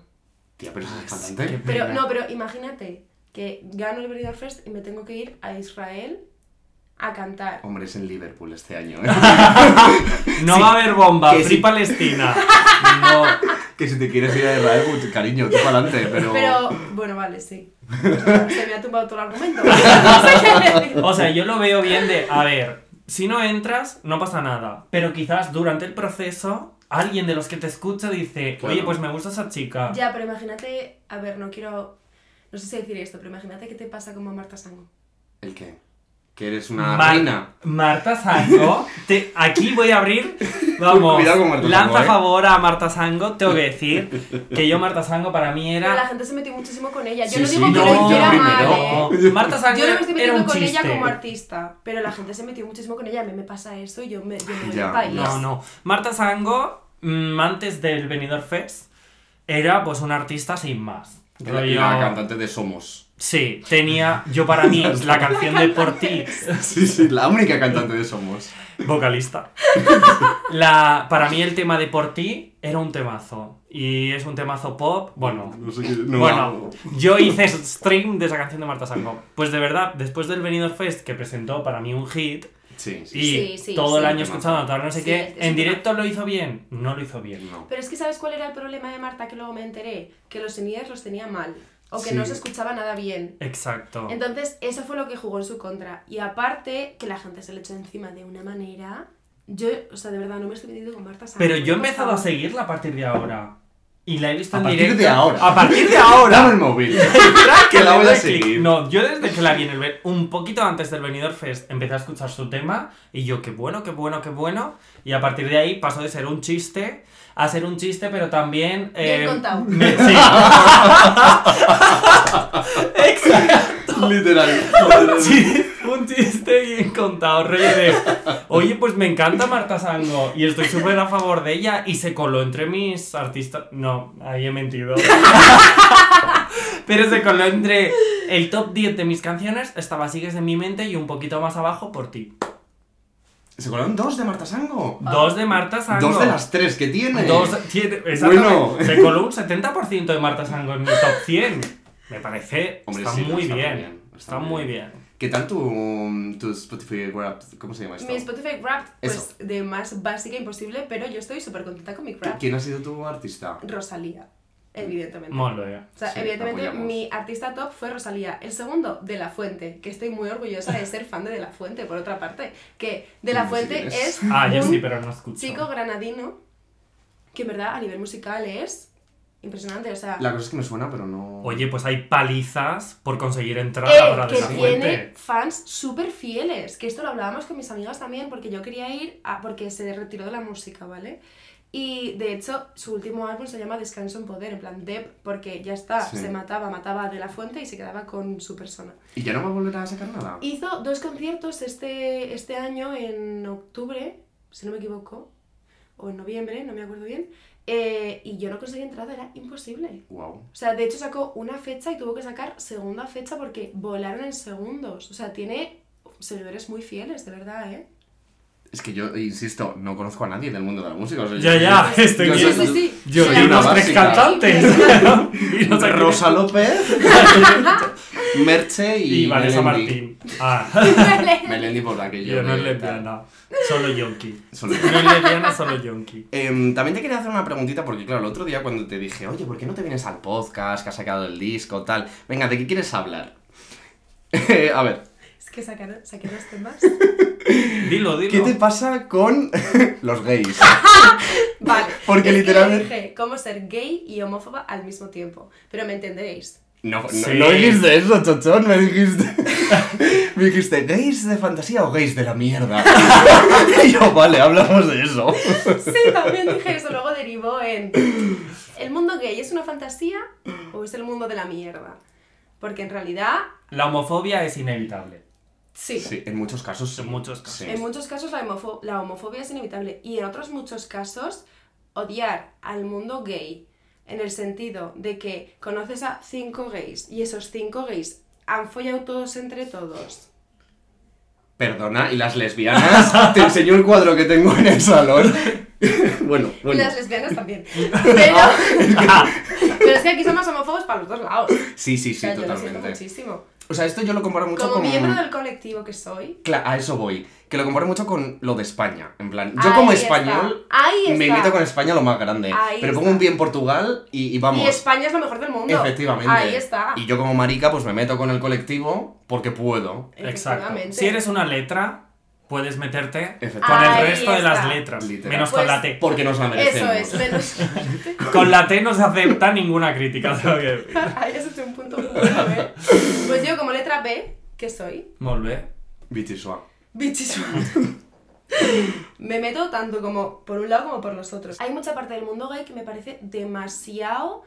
B: Tía, pero eso es
A: sí,
B: cantante.
A: qué-
F: Pero
A: Venga.
F: no, pero imagínate que gano el Benidorm Fest y me tengo que ir a Israel a cantar.
B: Hombre, es en Liverpool este año. ¿eh?
A: No va a haber bomba,
B: que
A: Free
B: sí.
A: Palestina. No.
B: que si te quieres ir a Israel, pues, cariño, tú para adelante, pero...
F: Pero bueno, vale, sí. O sea, se me ha tumbado todo el argumento. No sé qué decir.
A: O sea, yo lo veo bien de. A ver, si no entras, no pasa nada. Pero quizás durante el proceso, alguien de los que te escucha dice,
B: Claro.
A: oye, pues me gusta esa chica.
F: Ya, pero imagínate, a ver, no quiero, no sé si decir esto, pero imagínate que te pasa como a Marta Sango.
B: ¿El qué? Que eres una
A: Mar-
B: reina.
A: Marta Sango, te- aquí voy a abrir, vamos,
B: Cuidado con Marta
A: lanza
B: Sango, ¿eh?
A: favor a Marta Sango, tengo que decir que yo Marta Sango para mí
F: Pero la
A: era...
F: gente se metió muchísimo con ella. Yo
B: Sí,
F: no
B: sí,
F: digo que
B: yo-
F: lo
B: yo
F: hiciera mal,
B: primero.
F: ¿eh?
A: Marta Sango
F: Yo no me estoy
A: era
F: metiendo
A: un
F: con ella
A: chiste.
F: como artista, pero la gente se metió muchísimo con ella. A mí me pasa eso y yo me, yo me voy
B: Ya,
F: del país.
A: No, no. Marta Sango, mm, antes del Benidorm Fest, era pues una artista sin más.
B: La,
A: Rollo-
B: la cantante de Somos.
A: Sí, tenía yo para mí la canción de Por ti,
B: Sí, sí, la única cantante de Somos.
A: vocalista. La, para mí el tema de Por ti era un temazo. Y es un temazo pop, bueno.
B: No sé qué. No,
A: bueno, yo hice stream de esa canción de Marta Sango. Pues de verdad, después del Benidorm Fest que presentó para mí un hit
B: Sí, sí.
A: y
G: Sí, sí,
A: todo el
G: sí.
A: año escuchando tal no sé
G: Sí, este
A: qué,
G: es- es
A: en
G: un
A: directo lo hizo bien, no lo hizo bien.
B: No.
F: Pero es que ¿sabes cuál era el problema de Marta? Que luego me enteré. Que los sonidos los tenía mal. O que
B: Sí.
F: no se escuchaba nada bien.
A: Exacto.
F: Entonces, eso fue lo que jugó en su contra. Y aparte, que la gente se le echó encima de una manera... Yo, o sea, de verdad, no me estoy metiendo con Marta Sanz.
A: Pero yo he
F: por
A: empezado a
F: favor.
A: seguirla a partir de ahora. Y la he visto
B: A
A: en
B: partir
A: directo.
B: de ahora.
A: A partir de
B: Dame
A: ahora.
B: el móvil.
A: Crack,
B: Que la
A: le
B: voy a
A: doy
B: seguir.
A: clic. No, yo desde que la vi en el ve- un poquito antes del Benidorm Fest empecé a escuchar su tema y yo qué bueno, qué bueno, qué bueno y a partir de ahí pasó de ser un chiste a ser un chiste pero también
F: Bien
A: eh,
F: contado.
A: me- sí. Exacto.
B: Literal.
A: Un chiste- Un chiste bien contado, rollo de, Oye, pues me encanta Marta Sango y estoy súper a favor de ella y se coló entre mis artistas. No, ahí he mentido. Pero se coló entre el top 10 de mis canciones, estaba Sigues en mi mente y un poquito más abajo por ti.
B: ¿Se colaron dos de Marta Sango?
F: Ah.
A: Dos de Marta Sango.
B: Dos de las tres que tiene.
A: Ah, Dos- tiene- exactamente.
B: Bueno.
A: Se coló un 70% de Marta Sango en mi top 100. Me parece.
B: Hombre,
A: está
B: sí,
A: muy
B: está muy
A: bien.
B: bien,
A: Está, muy bien.
B: ¿Qué tal tu, tu Spotify Wrapped? ¿Cómo se llama esto?
F: Mi Spotify Wrapped,
B: Eso.
F: pues, de más básica imposible, pero yo estoy súper contenta con mi Wrapped.
B: ¿Quién ha sido tu artista?
F: Rosalía, evidentemente.
A: Molo, ya.
F: O sea,
B: Sí,
F: evidentemente
B: apoyamos.
F: mi artista top fue Rosalía. El segundo, De La Fuente, que estoy muy orgullosa de ser fan de De La Fuente, por otra parte. Que De La
B: No sé
F: Fuente
B: quién es.
F: es
A: Ah, yo
F: un
A: sí, pero no escucho.
F: chico granadino que en verdad a nivel musical es impresionante. O sea,
B: La cosa es que me suena, pero no.
A: Oye, pues hay palizas por conseguir entrar
F: Eh,
A: a la hora de
F: que
A: la
F: tiene
A: fuente.
F: fans súper fieles. Que esto lo hablábamos con mis amigas también, porque yo quería ir a. porque se retiró de la música, ¿vale? Y de hecho, su último álbum se llama Descanso en Poder, en plan Dep, porque ya está,
B: Sí.
F: se mataba, mataba a De La Fuente y se quedaba con su persona.
B: ¿Y ya no va a volver a sacar nada?
F: Hizo dos conciertos este, este año en octubre, si no me equivoco, o en noviembre, no me acuerdo bien, eh, y yo no conseguí entrada, era imposible.
B: Wow.
F: O sea, de hecho sacó una fecha y tuvo que sacar segunda fecha porque volaron en segundos. O sea, tiene seguidores muy fieles, de verdad, ¿eh?
B: Es que yo, insisto, no conozco a nadie del mundo de la música. o sea,
A: Ya,
B: yo-
A: ya,
B: yo-
A: estoy
B: yo
A: bien.
B: soy-
F: Sí, sí, sí.
A: Yo
B: soy
A: y
B: una
A: unos tres
B: básica.
A: cantantes. y no sé
B: Rosa López, Merche
A: quién-
B: y,
A: y Vanessa
B: Melendi.
A: Martín. Ah,
B: Melendi por la que yo.
A: yo no es
B: voy a-
A: lesbiana. Solo yonki.
B: Solo-
A: No es lesbiana, solo yonki.
B: Em, también te quería hacer una preguntita porque, claro, el otro día cuando te dije, oye, ¿por qué no te vienes al podcast que has sacado el disco, tal? Venga, ¿de qué quieres hablar? a ver,
F: Es que sacaron, saqué dos temas.
A: Dilo, dilo.
B: ¿qué te pasa con los gays?
F: Vale.
B: Porque
F: Es que
B: literalmente-
F: dije cómo ser gay y homófoba al mismo tiempo. Pero me entenderéis.
B: No, no,
A: Sí.
B: no dijiste eso, chochón, me dijiste. me dijiste, ¿gays de fantasía o gays de la mierda? y yo, vale, hablamos de eso.
F: Sí, también dije eso, luego derivó en... ¿El mundo gay es una fantasía o es el mundo de la mierda? Porque en realidad,
A: La homofobia es inevitable.
F: sí.
B: Sí, en muchos casos.
A: En muchos casos.
B: Sí.
F: En muchos casos la, homofo- la homofobia es inevitable y en otros muchos casos odiar al mundo gay en el sentido de que conoces a cinco gays y esos cinco gays han follado todos entre todos.
B: Perdona, y las lesbianas, te enseño el cuadro que tengo en el salón. bueno,
F: Y
B: bueno.
F: las lesbianas también. Pero, pero es que aquí somos homófobos para los dos lados.
B: Sí, sí, sí,
F: O sea, yo lo siento
B: totalmente.
F: muchísimo.
B: O sea, esto yo lo comparo mucho
F: Como
B: con.
F: miembro del colectivo que soy.
B: Cla- a eso voy. Que lo comparo mucho con lo de España. En plan, yo
F: ahí
B: como
F: está,
B: español
F: ahí está.
B: me meto con España lo más grande.
F: Ahí
B: pero
F: está.
B: pongo un pie en Portugal y, y vamos.
F: Y España es lo mejor del mundo.
B: Efectivamente.
F: Ahí está.
B: Y yo como marica, pues me meto con el colectivo porque puedo.
A: Exacto.
F: Efectivamente.
A: Si eres una letra, puedes meterte
B: Efectivamente.
A: con el
F: Ahí
A: resto de las
F: está.
A: letras,
B: Literal.
A: menos
F: Pues-
A: con la T.
B: Porque nos la
F: Eso
B: merecemos.
F: es, menos.
A: Con la T no se acepta ninguna crítica. tengo que decir.
F: Ahí has hecho un punto muy bueno, ¿eh? Pues yo, como letra B, que soy?
A: Molt bé.
B: Bichisuá.
F: Bichisuan. Me meto tanto como por un lado como por los otros. Hay mucha parte del mundo gay que me parece demasiado.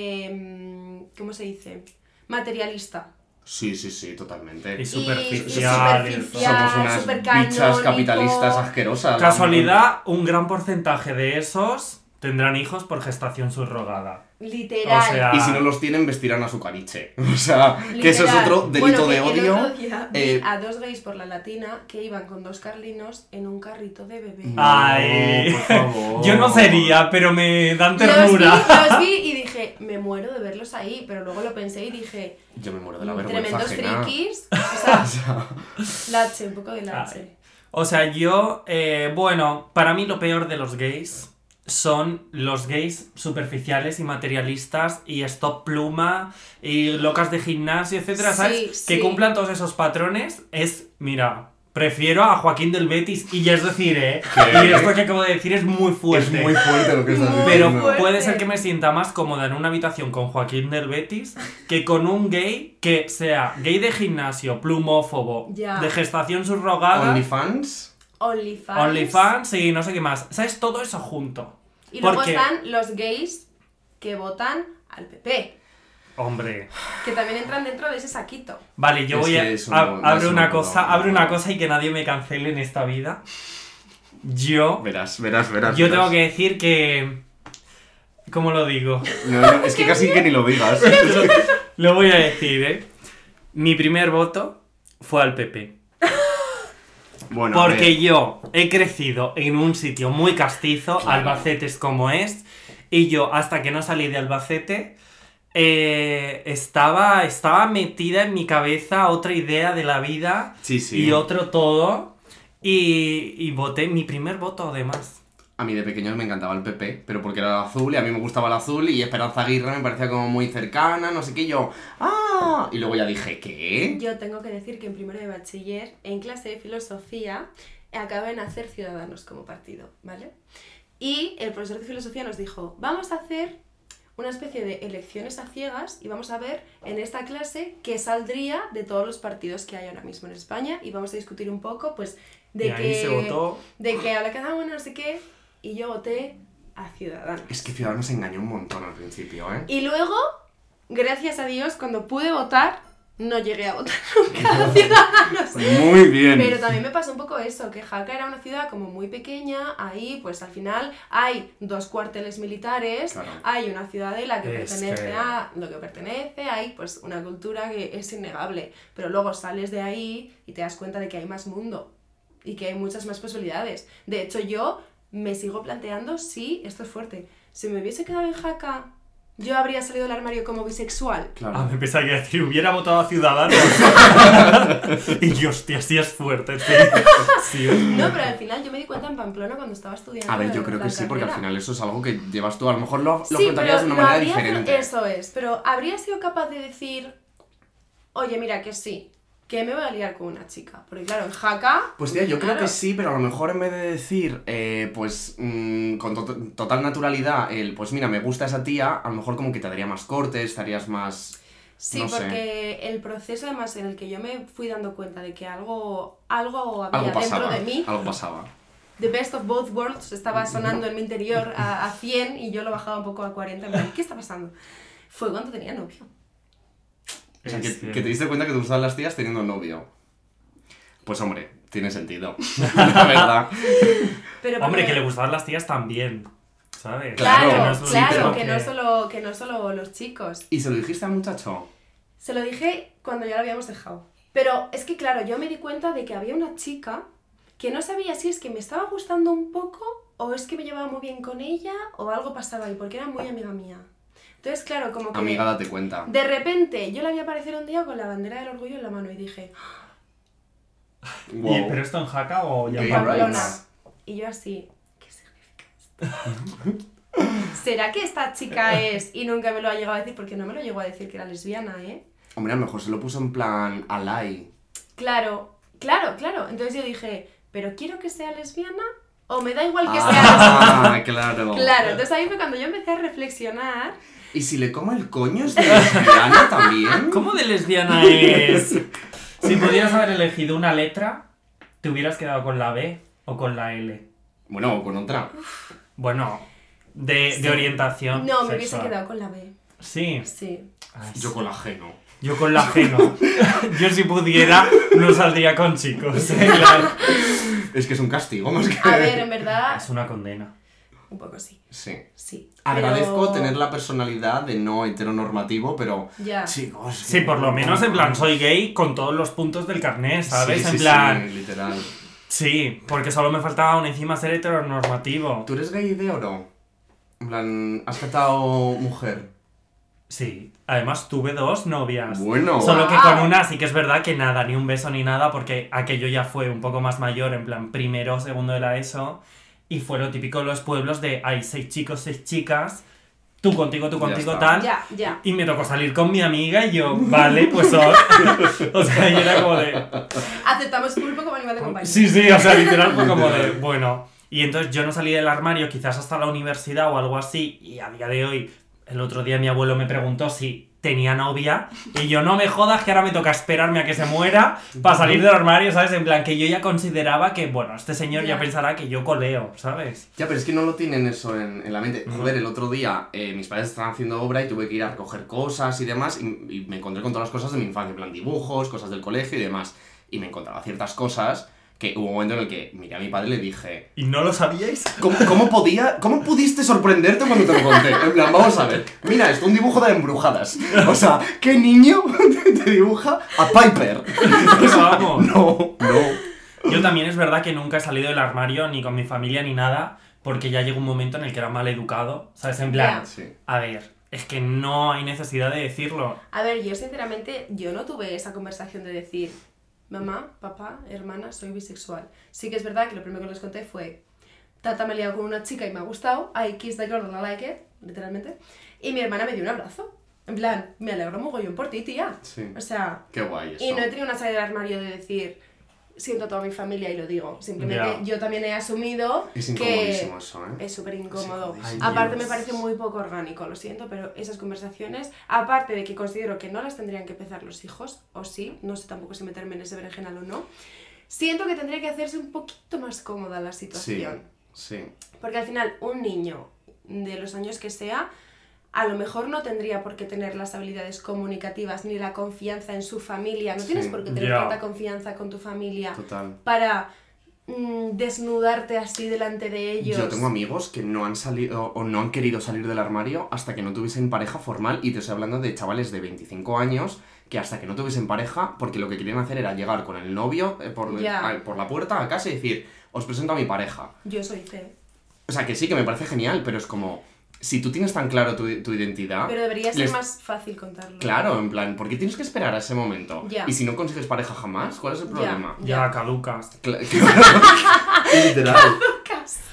F: em, ¿Cómo se dice? Materialista.
B: Sí, sí, sí, totalmente.
A: Y
F: Y-
A: superficial.
F: Y,
A: y todo.
F: superficial,
B: Somos unas
F: supercanónico.
B: bichas capitalistas asquerosas.
A: Casualidad, un gran porcentaje de esos tendrán hijos por gestación subrogada.
F: Literal.
A: O sea-
B: Y si no los tienen, vestirán a su cariche. O sea, que eso es
F: Literal.
B: otro delito
F: Bueno, que
B: de
F: el
B: odio.
F: otro día vi
B: Eh,
F: a dos gays por la latina que iban con dos carlinos en un carrito de bebé.
A: Ah,
B: No,
A: Ay,
B: por favor.
A: yo no sería, pero me dan
F: Los vi,
A: ternura.
F: los vi y dije, me muero de verlos ahí, pero luego lo pensé y dije, "Mm,
B: Yo me muero de la vergüenza
F: tremendos
B: ajena.
F: frikis, o sea,
B: O sea,
F: lache, un poco de lache.
A: O sea, yo, eh, bueno, para mí lo peor de los gays son los gays superficiales y materialistas y stop pluma y locas de gimnasio, etcétera,
F: Sí,
A: ¿sabes?
F: sí.
A: Que cumplan todos esos patrones es, mira, prefiero a Joaquín del Betis y ya es decir, ¿eh?
B: ¿Qué?
A: Y esto que acabo de decir es muy
B: es
A: fuerte.
B: muy fuerte lo que estás
F: Muy
A: Pero
B: diciendo.
F: fuerte.
A: puede ser que me sienta más cómoda en una habitación con Joaquín del Betis que con un gay que sea gay de gimnasio, plumófobo,
F: Ya.
A: de gestación subrogada,
B: OnlyFans.
F: OnlyFans.
A: OnlyFans y no sé qué más. ¿Sabes? Todo eso junto.
F: Y luego
A: Porque-
F: están los gays que votan al PP,
A: Hombre.
F: que también entran dentro de ese saquito.
A: Vale, yo
B: Es
A: voy a.
B: que eso
A: ab-
B: no- no
A: abro
B: es
A: una
B: una
A: cosa.
B: puta-
A: Abro una cosa y que nadie me cancele en esta vida. Yo.
B: Oh, Verás, verás, verás.
A: Yo
B: verás.
A: tengo que decir que. ¿Cómo lo digo?
B: No, no, es que casi que ni lo digas.
A: Lo voy a decir, ¿eh? Mi primer voto fue al PP.
B: Bueno, a
A: Porque
B: ver.
A: yo he crecido en un sitio muy castizo,
B: Claro.
A: Albacete es como es, y yo hasta que no salí de Albacete eh, estaba, estaba metida en mi cabeza otra idea de la vida
B: Sí, sí.
A: y otro todo, y, y voté mi primer voto además.
B: A mí de pequeños me encantaba el PP, pero porque era el azul y a mí me gustaba el azul y Esperanza Aguirre me parecía como muy cercana, no sé qué, y yo, ¡ah! Y luego ya dije, ¿qué?
F: Yo tengo que decir que en primero de bachiller, en clase de filosofía, acaba de nacer Ciudadanos como partido, ¿vale? Y el profesor de filosofía nos dijo, vamos a hacer una especie de elecciones a ciegas y vamos a ver en esta clase qué saldría de todos los partidos que hay ahora mismo en España y vamos a discutir un poco, pues, de
A: y ahí
F: que...
A: se votó.
F: De que habla cada uno, no sé qué, y yo voté a Ciudadanos.
B: Es que Ciudadanos engañó un montón al principio, ¿eh?
F: Y luego, gracias a Dios, cuando pude votar, no llegué a votar nunca a Ciudadanos.
B: Muy bien.
F: Pero también me pasó un poco eso, que Jaca era una ciudad como muy pequeña, ahí pues al final hay dos cuarteles militares,
B: Claro.
F: hay una ciudadela que
A: Es
F: pertenece
A: que-
F: a lo que pertenece, hay pues una cultura que es innegable, pero luego sales de ahí y te das cuenta de que hay más mundo y que hay muchas más posibilidades. De hecho yo me sigo planteando si, esto es fuerte, si me hubiese quedado en Jaca, yo habría salido del armario como bisexual.
B: Claro.
A: Ah, me pensaba que iba a decir, hubiera votado a Ciudadanos. y yo, hostia, sí es fuerte, sí. Sí es
F: No, pero al final yo me di cuenta en Pamplona cuando estaba estudiando.
B: A ver, yo
F: la-
B: creo
F: la
B: que sí, porque al
F: carrera.
B: final eso es algo que llevas tú, a lo mejor lo, lo
F: sí,
B: afrontarías
F: pero
B: de una
F: lo
B: manera
F: habría-
B: diferente.
F: Eso es, pero habría sido capaz de decir, oye, mira, que sí, que me voy a liar con una chica. Porque claro, en jaca...
B: Pues tía, yo creo
F: claro,
B: que sí, pero a lo mejor en vez de decir, eh, pues mm, con to- total naturalidad, el, pues mira, me gusta esa tía, a lo mejor como que te daría más cortes, estarías más...
F: Sí,
B: no sé.
F: porque el proceso además en el que yo me fui dando cuenta de que algo, algo había
B: Algo pasaba.
F: dentro de mí,
B: Algo pasaba.
F: The Best of Both Worlds estaba sonando en mi interior a, a 100 y yo lo bajaba un poco a 40. en plan, ¿Qué está pasando? Fue cuando tenía novio.
B: O sea, que,
A: Este-
B: que te diste cuenta que te gustaban las tías teniendo novio. Pues hombre, tiene sentido. La verdad.
F: Pero
A: Hombre,
F: porque-
A: que le gustaban las tías también, ¿sabes?
B: Claro,
A: Que no
F: Claro,
A: es lo
F: claro,
A: mismo
F: que no, solo, que no solo los chicos.
B: ¿Y se lo dijiste al muchacho?
F: Se lo dije cuando ya lo habíamos dejado. Pero es que, claro, yo me di cuenta de que había una chica que no sabía si es que me estaba gustando un poco o es que me llevaba muy bien con ella o algo pasaba ahí, porque era muy amiga mía. Entonces, claro, como que...
B: Amiga, date cuenta.
F: De repente, yo la vi aparecer un día con la bandera del orgullo en la mano y dije,
A: ¿Y- ¿Pero esto en jaca o ya
B: Gay
A: en
B: rights.
A: Pamplona?
F: Pamplona. Y yo así, ¿qué significa esto? ¿Será que esta chica es? Y nunca me lo ha llegado a decir porque no me lo llegó a decir que era lesbiana, ¿eh?
B: Hombre, a lo mejor se lo puso en plan alay.
F: Claro, Claro, claro. Entonces yo dije, pero quiero que sea lesbiana o me da igual que sea
B: Ah, claro.
F: lesbiana. Claro, entonces ahí fue cuando yo empecé a reflexionar.
B: ¿Y si le como el coño es de lesbiana también?
A: ¿Cómo de lesbiana es? Si pudieras haber elegido una letra, ¿te hubieras quedado con la B o con la L?
B: Bueno, o con otra.
A: Bueno, de, de
F: No,
A: orientación.
F: me hubiese
A: Ah, sexual.
F: quedado con la B.
A: Sí.
F: Sí.
A: Ay,
B: Yo con la G, no.
A: Yo con la G no. Yo si pudiera, no saldría con chicos. eh, claro.
B: Es que es un castigo más que.
F: A ver, en verdad,
A: Es una condena.
F: un poco sí.
B: Sí.
F: Sí.
B: Agradezco
F: Pero-
B: tener la personalidad de no heteronormativo, pero.
F: Ya.
B: Chicos.
A: Sí, por lo menos en plan soy gay con todos los puntos del carnet, ¿sabes?
B: Sí,
A: en
B: sí,
A: plan,
B: sí, literal.
A: sí, porque solo me faltaba aún encima ser heteronormativo.
B: ¿Tú eres gay de oro? En plan, has catado mujer.
A: Sí, además tuve dos novias.
B: Bueno.
A: Solo que
F: Wow.
A: con una sí que es verdad que nada, ni un beso ni nada, porque aquello ya fue un poco más mayor, en plan primero, segundo de la ESO, y fue lo típico en los pueblos de hay seis chicos, seis chicas, tú contigo, tú
B: Ya
A: contigo,
B: está.
A: tal.
F: Ya, ya.
A: Y me tocó salir con mi amiga y yo, vale, pues os. o sea, yo era como de.
F: Aceptamos culpa como animal de compañía.
A: Ah, Sí, sí, o sea, literal fue como de. Bueno. Y entonces yo no salí del armario, quizás hasta la universidad o algo así. Y a día de hoy, el otro día mi abuelo me preguntó si tenía novia. Y yo, no me jodas, que ahora me toca esperarme a que se muera para salir del armario, ¿sabes? En plan, que yo ya consideraba que, bueno, este señor ya
F: Ya.
A: pensará que yo coleo, ¿sabes?
B: Ya, pero es que no lo tienen eso en, en la mente. Joder, el otro día eh, mis padres estaban haciendo obra y tuve que ir a recoger cosas y demás. Y, y me encontré con todas las cosas de mi infancia, en plan dibujos, cosas del colegio y demás. Y me encontraba ciertas cosas que hubo un momento en el que miré a mi padre y le dije.
A: ¿Y no lo sabíais?
B: ¿Cómo, cómo podía, ¿Cómo pudiste sorprenderte cuando te lo conté? En plan, vamos a ver. Mira, esto un dibujo de embrujadas. O sea, ¿qué niño te dibuja a Piper?
A: Vamos.
B: No, no.
A: Yo también es verdad que nunca he salido del armario, ni con mi familia, ni nada, porque ya llegó un momento en el que era mal educado, ¿sabes? En plan,
F: Ya.
B: Sí.
A: a ver, es que no hay necesidad de decirlo.
F: A ver, yo sinceramente, yo no tuve esa conversación de decir, mamá, papá, hermana, soy bisexual. Sí que es verdad que lo primero que les conté fue, tata me he liado con una chica y me ha gustado, I kiss the girl and I like it, literalmente, y mi hermana me dio un abrazo. En plan, me alegro mogollón por ti, tía.
B: Sí.
F: O sea,
B: Qué guay eso.
F: y no he tenido una salida del armario de decir, siento a toda mi familia y lo digo. Simplemente
A: Ya.
F: yo también he asumido
B: Es
F: que...
B: incomodísimo eso, ¿eh?
F: Es súper incómodo.
B: Sí, sí.
F: Aparte
A: Dios.
F: me parece muy poco orgánico, lo siento, pero esas conversaciones, aparte de que considero que no las tendrían que empezar los hijos, o sí, no sé tampoco si meterme en ese berenjenal o no, siento que tendría que hacerse un poquito más cómoda la
B: Sí,
F: situación.
B: sí.
F: Porque al final un niño de los años que sea, a lo mejor no tendría por qué tener las habilidades comunicativas ni la confianza en su familia, no tienes
B: Sí,
F: por qué tener
A: ya.
F: tanta confianza con tu familia
B: Total.
F: para mm, desnudarte así delante de ellos.
B: Yo tengo amigos que no han salido o no han querido salir del armario hasta que no tuviesen pareja formal y te estoy hablando de chavales de 25 años que hasta que no tuviesen pareja, porque lo que querían hacer era llegar con el novio eh, por,
F: Ya.
B: a- por la puerta a casa y decir, os presento a mi pareja.
F: Yo soy fe.
B: O sea, que sí, que me parece genial, pero es como, si tú tienes tan claro tu, tu identidad...
F: Pero debería ser
B: Ah, les-
F: más fácil contarlo.
B: Claro, en plan, ¿por qué tienes que esperar a ese momento?
F: Ya.
B: Y si no consigues pareja jamás, ¿cuál es el
F: Ya.
B: problema?
A: Ya, caducas.
B: Cla- Literal.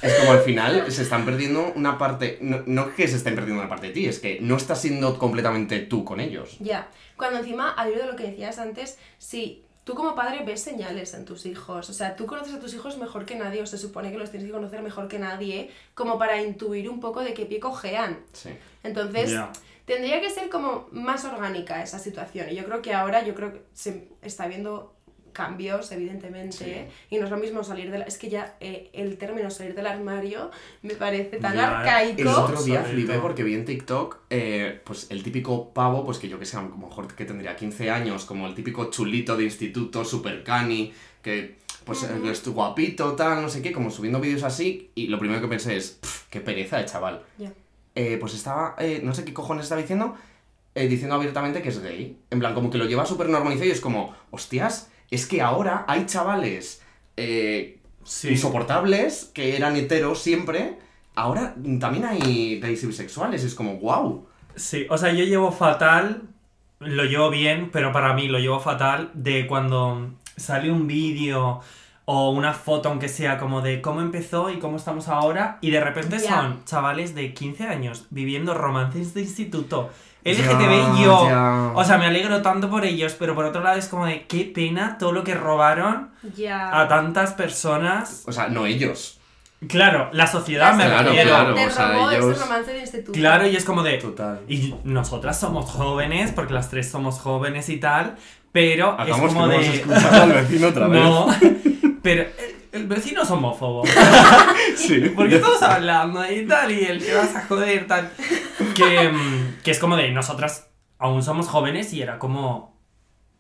B: Es como al final se están perdiendo una parte. No, no que se estén perdiendo una parte de ti, es que no estás siendo completamente tú con ellos.
F: Ya. Cuando encima, al hilo de lo que decías antes, si tú como padre ves señales en tus hijos, o sea, tú conoces a tus hijos mejor que nadie, o se supone que los tienes que conocer mejor que nadie, como para intuir un poco de qué pie cojean.
B: Sí.
F: Entonces,
A: Ya.
F: tendría que ser como más orgánica esa situación. Y yo creo que ahora, yo creo que se está viendo cambios, evidentemente,
B: Sí.
F: ¿eh? y no es lo mismo salir del... Es que ya eh, el término salir del armario me parece tan
A: Ya,
B: El
F: arcaico.
B: otro día
A: Sobre
B: flipé
A: todo.
B: porque vi en TikTok, eh, pues el típico pavo, pues que yo que sé, a lo mejor que tendría 15 años, como el típico chulito de instituto, super cani, que pues es guapito, tal, no sé qué, como subiendo vídeos así, y lo primero que pensé es, "Pff, qué pereza de chaval.
F: Ya.
B: eh, pues estaba, eh, no sé qué cojones estaba diciendo, eh, diciendo abiertamente que es gay. En plan, como que lo lleva súper normalizado y es como, hostias, es que ahora hay chavales eh,
A: Sí.
B: insoportables que eran heteros siempre, ahora mm, también hay gays y bisexuales, es como, wow.
A: Sí, o sea, yo llevo fatal, lo llevo bien, pero para mí lo llevo fatal de cuando sale un vídeo o una foto, aunque sea como de cómo empezó y cómo estamos ahora, y de repente
F: Ya.
A: son chavales de 15 años viviendo romances de instituto.
B: Ya,
A: LGTB y yo.
B: ya.
A: O sea, me alegro tanto por ellos, pero por otro lado es como de qué pena todo lo que robaron
F: Ya.
A: a tantas personas.
B: O sea, no ellos.
A: Claro, la sociedad me
B: Claro,
A: refiero.
B: claro,
F: Te
B: o sea,
F: robó
B: ellos-
F: ese romance de instituto.
A: Claro, y es como de.
B: Total.
A: Y nosotras somos jóvenes, porque las tres somos jóvenes y tal, pero
B: Hagamos
A: es como
B: que no
A: de.
B: hemos escuchado al vecino otra vez.
A: No, pero el, el vecino es homófobo.
B: Sí.
A: Porque estamos hablando y tal, y el que vas a joder, tal. Que, mm, que es como de nosotras aún somos jóvenes y era como.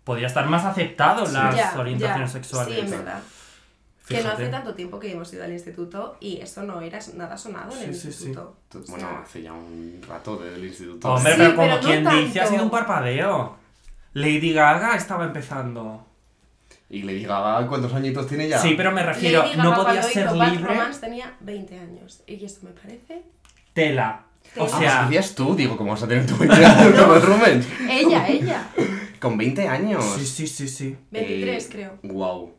A: Podía estar más aceptado las
F: Ya,
A: orientaciones
F: ya.
A: sexuales.
F: Sí, en verdad. Que no hace
A: Fíjate.
F: tanto tiempo que hemos ido al instituto y eso no era nada sonado en el
A: Sí, sí, sí.
F: instituto. O sea,
B: Bueno, hace ya un rato del instituto.
A: Hombre,
F: Sí,
A: pero como
F: pero no
A: quien dice, ha
F: tanto.
A: sido un parpadeo. Lady Gaga estaba empezando.
B: Y le diga cuántos añitos tiene ya.
A: Sí, pero me refiero,
F: Lady
A: no
F: Gaga
A: podía
F: cuando hizo
A: ser
F: Bad
A: libre.
F: Romance tenía 20 años y eso me parece.
A: Tela. O
F: Tela.
B: Ah,
A: sea,
B: ¿sabías tú? Digo, ¿cómo vas a tener tu 20 años como Rubens?
F: Ella, ella.
B: Con 20 años.
A: sí, sí, sí, sí.
B: Eh.
F: 23 Eh, creo.
B: Wow.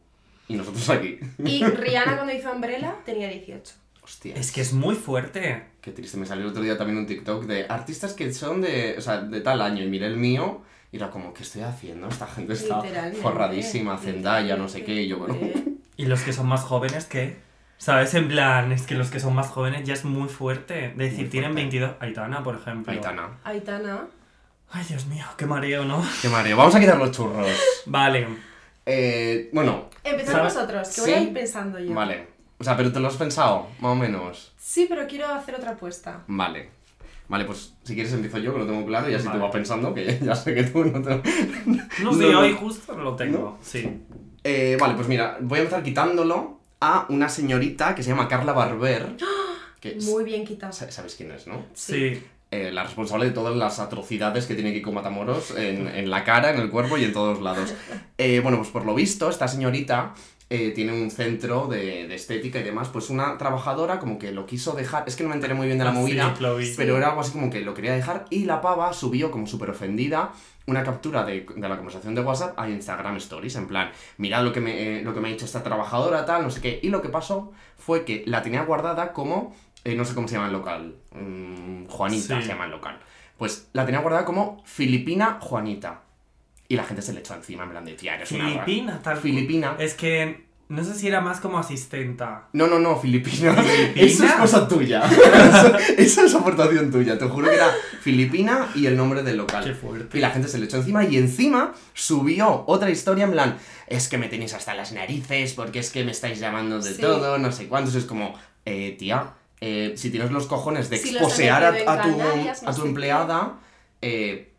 B: Y nosotros aquí.
F: Y Rihanna cuando hizo Umbrella tenía 18.
B: Hostia.
A: Es que es muy fuerte.
B: Qué triste, me salió el otro día también un TikTok de artistas que son de, o sea, de tal año y miré el mío y era como, ¿qué estoy haciendo? Esta gente está
F: Literalmente. Eh,
B: forradísima, Zendaya, no sé qué, y yo bueno.
F: Literalmente.
A: ¿Y los que son más jóvenes qué? ¿Sabes? En plan, es que los que son más jóvenes ya es muy fuerte. Es decir,
B: Muy
A: tienen
B: fuerte.
A: 22. Aitana, por ejemplo.
B: Aitana.
F: Aitana.
A: Ay, Dios mío, qué mareo, ¿no?
B: Qué mareo, vamos a quitar los churros.
A: Vale.
B: Eh, bueno,
F: Empezamos
A: ¿Sabes?
F: vosotros, que voy a
B: Sí.
F: ir pensando yo.
B: vale. O sea, pero te lo has pensado, más o menos.
F: Sí, pero quiero hacer otra apuesta.
B: Vale. Vale, pues si quieres empiezo yo, que lo tengo claro, y así
A: Vale.
B: tú vas pensando, que ya sé que tú no te...
A: No sé,
B: no.
A: hoy justo lo tengo. Sí.
B: Eh, vale, pues mira, voy a empezar quitándolo a una señorita que se llama Carla Barber. Que
F: Muy bien quitado.
B: sa- sabes quién es, ¿no?
A: Sí.
B: eh, la responsable de todas las atrocidades que tiene Kiko Matamoros en, en la cara, en el cuerpo y en todos lados. Eh, bueno, pues por lo visto, esta señorita eh, tiene un centro de, de estética y demás. Pues una trabajadora como que lo quiso dejar. Es que no me enteré muy bien de la
A: Sí,
B: movida,
A: lo vi.
B: pero era algo así como que lo quería dejar. Y la pava subió como súper ofendida una captura de, de la conversación de WhatsApp a Instagram Stories. En plan, mirad lo que, me, eh, lo que me ha dicho esta trabajadora, tal, no sé qué. Y lo que pasó fue que la tenía guardada como. eh, no sé cómo se llama el local. mm, Juanita
A: Sí.
B: se llama el local. Pues la tenía guardada como Filipina Juanita. Y la gente se le echó encima, en plan de tía, eres una rara".
A: Filipina, tal.
B: Filipina.
A: Es que no sé si era más como asistenta.
B: No, no, no, Filipina.
A: ¿Filipina?
B: Eso es cosa tuya. Eso- Esa es aportación tuya. Te juro que era Filipina y el nombre del local.
A: Qué fuerte.
B: Y la gente se le echó encima y encima subió otra historia en plan, es que me tenéis hasta las narices porque es que me estáis llamando de
F: Sí.
B: todo, no sé cuántos. Es como, eh, tía, eh, si tienes los cojones de
F: Si los
B: exposear
F: has metido
B: a, a
F: en
B: tu,
F: Canarias, no
B: a tu
F: sé qué.
B: empleada, eh,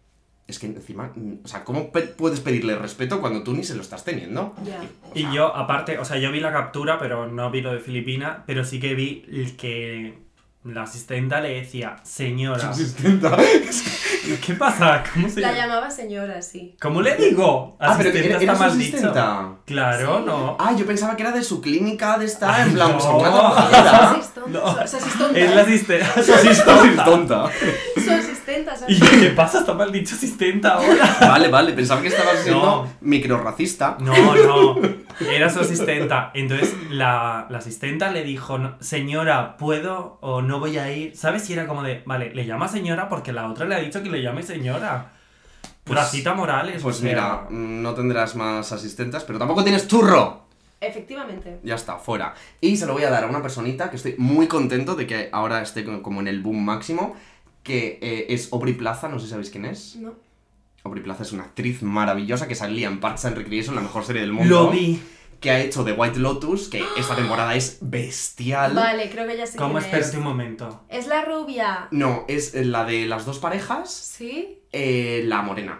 B: es que encima, mm, o sea, ¿cómo pe- puedes pedirle respeto cuando tú ni se lo estás teniendo?
F: Ya.
B: O sea,
A: Y yo, aparte, o sea, yo vi la captura, pero no vi lo de Filipina, pero sí que vi el que la asistenta le decía, señora,
B: asistenta.
A: ¿qué pasa? ¿Cómo se
F: La
A: llama?
F: llamaba señora, sí.
A: ¿Cómo le digo?
B: Ah, pero
A: Asistenta
B: era-
A: está
B: era su
A: mal dicho.
B: asistenta.
A: Claro,
F: Sí.
A: no.
B: Ah, yo pensaba que era de su clínica de estar
A: Ay,
B: en plan,
A: no.
B: pues, una trabajadora.
F: Era su asistente,
A: No.
F: su- su asistente.
A: Es la asistenta.
B: tonta.
F: Su asistenta,
A: ¿Y
F: ¿sabes?
A: yo, qué pasa? Está mal dicho asistenta ahora.
B: Vale, vale, pensaba que estabas siendo
A: No.
B: microrracista.
A: No, no. Era su asistenta. Entonces la, la asistenta le dijo, "No, señora, ¿puedo o no voy a ir? ¿Sabes? si era como de, vale, le llama señora porque la otra le ha dicho que le llame señora.
B: Pues-
A: Racita Morales. o
B: Pues
A: sea.
B: mira, mm, no tendrás más asistentas, pero tampoco tienes turro.
F: Efectivamente.
B: Ya está, fuera. Y se lo voy a dar a una personita que estoy muy contento de que ahora esté co- como en el boom máximo, que eh, es Aubrey Plaza, no sé si sabéis quién es.
F: No.
B: Aubrey Plaza es una actriz maravillosa que salía en Parks and Recreation, la mejor serie del mundo.
A: Lo vi.
B: Que ha hecho The White Lotus, que esta temporada es bestial.
F: Vale, creo que ya sé
A: ¿Cómo?
F: quién es.
A: Espérate un momento.
F: Es la rubia.
B: No, es eh, la de las dos parejas,
F: ¿Sí?
B: eh, la morena,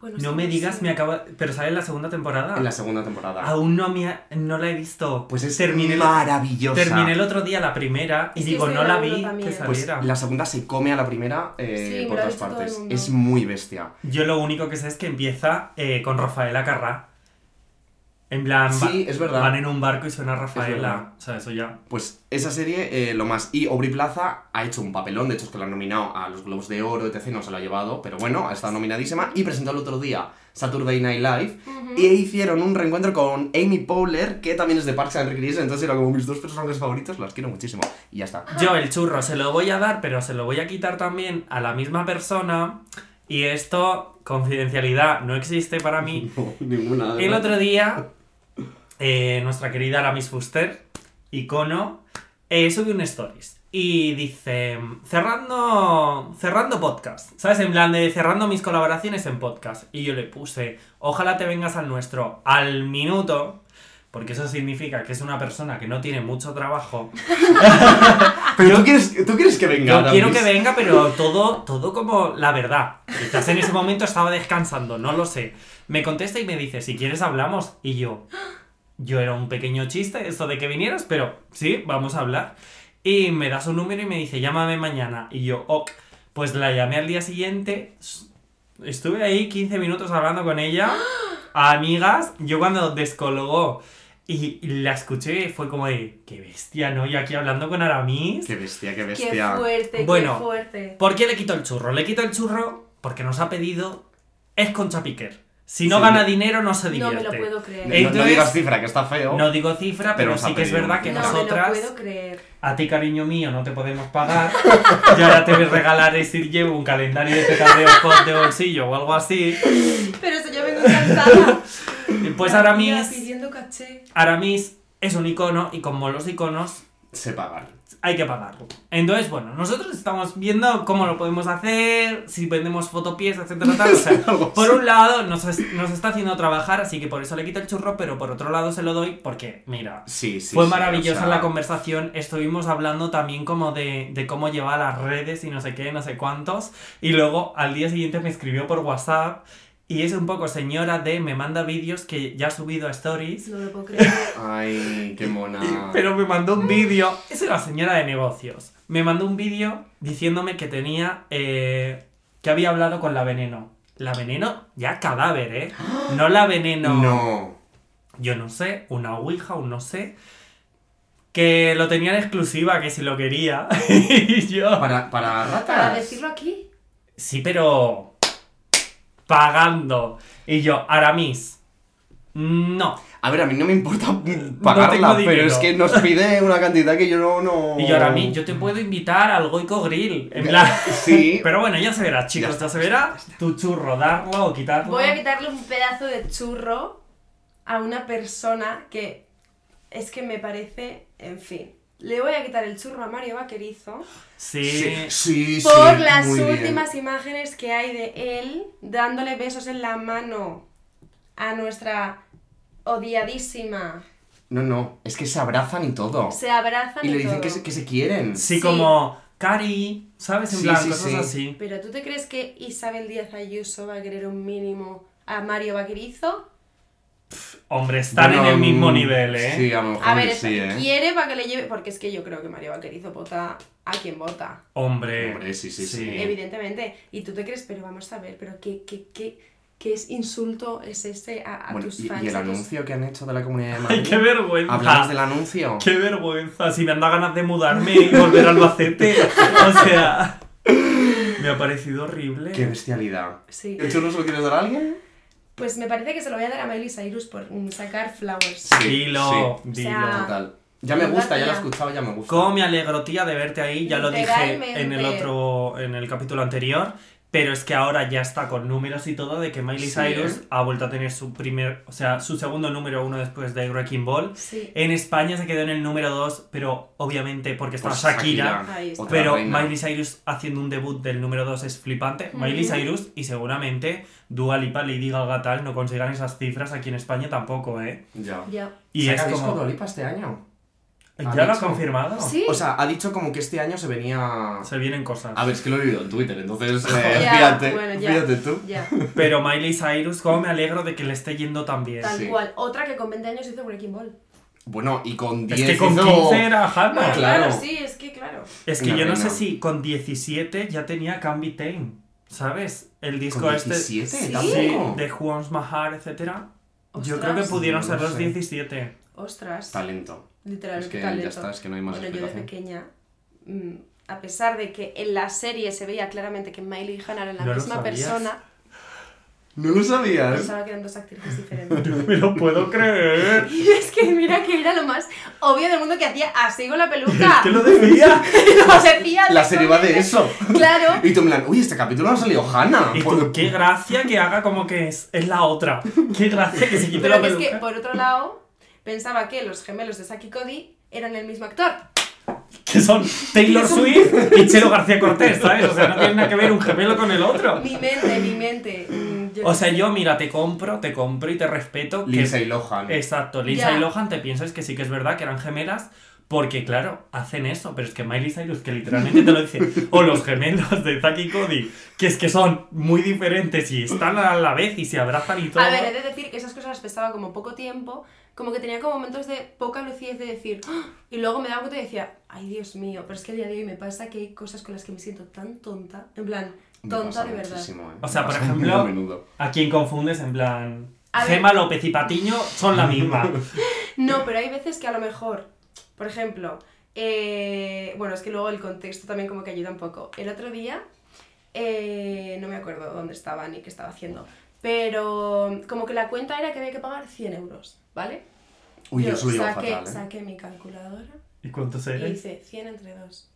F: Bueno,
A: No
F: sí,
A: me
F: sí.
A: digas, me acabo... ¿Pero sale en la segunda temporada?
B: en la segunda temporada.
A: Aún no, me ha- no la he visto.
B: Pues es
A: terminé,
B: maravillosa.
A: terminé el otro día la primera y
F: Es que
A: digo,
F: estoy
A: no
F: de
A: la
F: acuerdo
A: vi
F: también.
A: que
B: Pues
A: saliera.
B: la segunda se come a la primera eh,
F: Sí, me
B: por
F: lo ha
B: todas
F: dicho todo el
B: partes.
F: mundo.
B: Es muy bestia.
A: Yo lo único que sé es que empieza eh, con Rafaela Carrá. En plan, va-
B: Sí, es verdad.
A: van en un barco y suena Rafaela.
B: verdad.
A: o sea, eso ya.
B: Pues esa serie, eh, lo más. Y Aubrey Plaza ha hecho un papelón, de hecho es que la han nominado a los Globos de Oro, etc. No se lo ha llevado, pero bueno, ha estado nominadísima. Y presentó el otro día Saturday Night Live. Y hicieron un reencuentro con Amy Powler, que también es de Parks and Recreation. Entonces era como mis dos personajes favoritos, las quiero muchísimo. Y ya está.
A: Yo el churro se lo voy a dar, pero se lo voy a quitar también a la misma persona. Y esto, confidencialidad, no existe para mí.
B: No, ninguna.
A: El otro día, eh, nuestra querida Aramis Fuster, icono, eh, sube un stories. Y dice, cerrando, cerrando podcast, ¿sabes? En plan de cerrando mis colaboraciones en podcast. Y yo le puse, ojalá te vengas al nuestro al minuto, porque eso significa que es una persona que no tiene mucho trabajo.
B: Pero tú quieres, tú quieres que venga.
A: Yo
B: ahora
A: quiero que
B: mismo?
A: venga, pero todo, todo como la verdad. Quizás en ese momento estaba descansando, no lo sé. Me contesta y me dice, si quieres hablamos. Y yo, yo era un pequeño chiste esto de que vinieras, pero sí, vamos a hablar. Y me da su número y me dice, llámame mañana. Y yo, ok, pues la llamé al día siguiente. s- Estuve ahí 15 minutos hablando con ella. Amigas, yo cuando descolgó y y la escuché fue como de, qué bestia, ¿no? Yo aquí hablando con Aramis.
B: Qué bestia, qué
F: Qué
B: bestia.
F: fuerte,
A: Bueno.
F: qué fuerte.
A: ¿Por qué le quito el churro? Le quito el churro porque nos ha pedido es Concha Piquer. Si no
B: Sí.
A: gana dinero no se
F: No
A: divierte.
F: me lo puedo
B: No-
F: creer.
B: no,
A: Entonces-
B: digas cifra, que está feo.
A: No digo cifra,
B: Pero
A: pero,
B: nos ha
A: sí que es
B: pedido.
A: verdad que
F: no
A: nosotras,
F: me lo puedo creer.
A: a ti cariño mío, no te podemos pagar. y ahora te voy a regalar ese llevo un calendario de pecadeo de bolsillo o algo así.
F: Pero eso yo vengo encantada.
A: Y Pues
F: La
A: Aramis,
F: tía pidiendo caché.
A: Aramis es un icono y como los iconos
B: Se pagan.
A: hay que pagarlo. Entonces, bueno, nosotros estamos viendo cómo lo podemos hacer, si vendemos fotopies, etcétera, tal. O sea,
B: Algo
A: por un lado, nos, es- nos está haciendo trabajar, así que por eso le quito el churro, pero por otro lado se lo doy porque, mira,
B: Sí, sí.
A: fue
B: sí,
A: maravillosa
B: o sea,
A: la conversación. Estuvimos hablando también como de, de cómo lleva las redes y no sé qué, no sé cuántos. Y luego al día siguiente me escribió por WhatsApp y es un poco señora de me manda vídeos que ya ha subido a stories.
F: No lo puedo creer.
B: Ay, qué mona.
A: Pero me mandó un vídeo. Es una señora de negocios. Me mandó un vídeo diciéndome que tenía. eh, que había hablado con la veneno. La veneno, ya cadáver, ¿eh? No la veneno.
B: No.
A: Yo no sé, una ouija, un no sé. Que lo tenía en exclusiva, que si lo quería. y yo.
B: Para, para ratas.
F: Para decirlo aquí.
A: Sí, pero. Pagando. Y yo, Aramis. No.
B: A ver, a mí no me importa pagarla,
A: tengo
B: pero
A: dinero.
B: es que nos pide una cantidad que yo no. no...
A: Y yo, Aramis, yo te puedo invitar al Goico Grill. En plan.
B: Sí.
A: Pero bueno, ya se verá, chicos, ya,
B: Ya está,
A: se verá. Tu churro, darlo o quitarlo.
F: Voy a quitarle un pedazo de churro a una persona que es que me parece, en fin. Le voy a quitar el churro a Mario Vaquerizo
A: Sí.
B: Sí, sí, sí,
F: por las
B: muy bien.
F: últimas imágenes que hay de él dándole besos en la mano a nuestra odiadísima.
B: No, no, es que se abrazan y todo.
F: Se abrazan
B: y le
F: y
B: dicen
F: todo.
B: que se, que se quieren.
A: Sí,
F: Sí.
A: como Cari, ¿sabes? En
B: Sí,
A: plan,
B: sí,
A: cosas
B: sí.
A: así.
F: Pero ¿tú te crees que Isabel Díaz Ayuso va a querer un mínimo a Mario Vaquerizo?
A: Hombre, están
B: Bueno,
A: en el mismo
B: mm,
A: nivel, ¿eh?
B: Sí, a lo mejor
F: A ver,
B: sí,
F: espera,
B: ¿eh?
F: quiere para que le lleve. Porque es que yo creo que Mario Vaquerizo vota a quien vota.
A: Hombre.
B: ¿eh? Hombre, sí, sí, sí.
F: Evidentemente. Y tú te crees, pero vamos a ver, pero qué, qué, qué, qué es insulto es ese a, a
B: Bueno,
F: tus
B: y,
F: fans.
B: y el
F: a tus-
B: anuncio que han hecho de la comunidad de
A: Ay,
B: Madrid.
A: qué vergüenza.
B: Hablamos del anuncio.
A: Qué vergüenza. Si me han dado ganas de mudarme y volver al Albacete. o sea. Me ha parecido horrible.
B: Qué bestialidad.
F: Sí.
B: ¿El churro se lo quieres dar a alguien?
F: Pues me parece que se lo voy a dar a Miley Cyrus por mm, sacar flowers.
A: Dilo,
B: sí.
A: dilo.
F: O sea,
B: Total. Ya me gusta, ya lo he
F: Gracias.
B: escuchado, ya me gusta.
A: Cómo me alegro, tía, de verte ahí. Ya lo dije
F: Literalmente.
A: en el otro, en el capítulo anterior. Pero es que ahora ya está con números y todo de que Miley
B: Sí,
A: Cyrus
B: ¿eh?
A: ha vuelto a tener su primer, o sea, su segundo número uno después de Wrecking Ball.
F: Sí.
A: En España se quedó en el número dos, pero obviamente porque está
B: Pues
A: Shakira.
F: Ahí está.
B: otra
A: Pero
B: reina.
A: Miley Cyrus haciendo un debut del número 2 es flipante.
F: Ujú.
A: Miley Cyrus y seguramente Dua Lipa, Lady Gaga tal no consigan esas cifras aquí en España tampoco, ¿eh?
B: Ya.
F: Ya.
A: Y
B: Saca
A: es
B: disco
A: como...
B: Dua Lipa este año. ¿Ha
A: ¿Ya lo has
B: dicho?
A: confirmado?
F: Sí.
B: O sea, ha dicho como que este año se venía.
A: Se vienen cosas.
B: A ver, es que lo he vivido en Twitter, entonces. eh,
F: Ya,
B: fíjate,
F: bueno, ya.
B: fíjate tú.
A: oh,
F: Ya.
A: Pero Miley Cyrus, cómo me alegro de que le esté yendo tan bien.
F: Tal
B: Sí.
F: cual. Otra que con 20 años hizo Breaking Ball.
B: Bueno, y con 10
A: Es que con
B: hizo-
A: 15 era Hannah.
B: Ah, Claro.
F: sí, es que claro.
A: Es que
B: Una
A: yo no sé
B: reina.
A: si con 17 ya tenía Can't Be Tame, ¿sabes? El disco
B: ¿Con
A: este
B: 17?
A: Sí,
B: ¿Tampoco?
A: de Juan Mahar, etcétera. Yo creo que
F: Ostras.
A: pudieron
B: No
A: ser
B: lo
A: los
B: sé.
A: 17.
F: Ostras.
B: Talento.
F: Literalmente
B: Es que
F: talento.
B: ya está, es que no hay más
F: Bueno, yo de
B: explicación.
F: pequeña, mm, a pesar de que en la serie se veía claramente que Miley y Hannah eran la
A: No lo
F: misma
A: sabías.
F: persona,
B: No lo sabías.
F: pensaba que eran dos actrices diferentes.
A: No me lo puedo creer.
F: y es que mira que era lo más obvio del mundo que hacía así con la peluca.
A: ¿Qué lo decía?
F: Lo hacía
B: La serie va de
F: totalmente.
B: eso.
F: Claro.
B: Y tú en plan, uy, este capítulo no ha salido Hannah. Pues,
A: Y
B: Por-
A: tú, qué gracia que haga como que es, es la otra. Qué gracia que se quite
F: Pero
A: la
F: que es que,
A: peluca.
F: por otro lado, pensaba que los gemelos de Saki Cody eran el mismo actor.
A: Que son Taylor Swift y Chelo García Cortés, ¿sabes? O sea, no tiene nada que ver un gemelo con el otro.
F: Mi mente, mi mente. mm, yo-
A: O sea, yo, mira, te compro, te compro y te respeto. que-
B: Lindsay Lohan.
A: Exacto, Lisa
F: Ya.
A: y Lohan, te piensas que sí que es verdad que eran gemelas, porque claro, hacen eso, pero es que Miley Cyrus, que literalmente te lo dice, o los gemelos de Zack y Cody, que es que son muy diferentes y están a la vez y se abrazan y todo.
F: A ver, he de decir que esas cosas las pensaba como poco tiempo, como que tenía como momentos de poca lucidez de decir, "Ah", y luego me daba cuenta y decía, ay Dios mío, pero es que a día de hoy me pasa que hay cosas con las que me siento tan tonta, en plan,
B: Me
F: tonta
B: pasa
F: de verdad.
B: muchísimo, ¿eh?
A: O sea,
B: Me
A: por
B: pasa muy
A: ejemplo-
B: a menudo.
A: ¿A quién confundes en plan...
F: A ver.
A: Gema López y Patiño son la misma.
F: No, pero hay veces que a lo mejor, por ejemplo, eh, bueno, es que luego el contexto también como que ayuda un poco. El otro día, eh, no me acuerdo dónde estaba ni qué estaba haciendo, pero como que la cuenta era que había que pagar 100 euros, ¿vale?
B: Uy, yo eso lo llevo
F: saqué,
B: fatal, ¿eh?
F: saqué mi calculadora
A: ¿Y cuántos
F: y
A: eres?
F: hice 100 entre 2.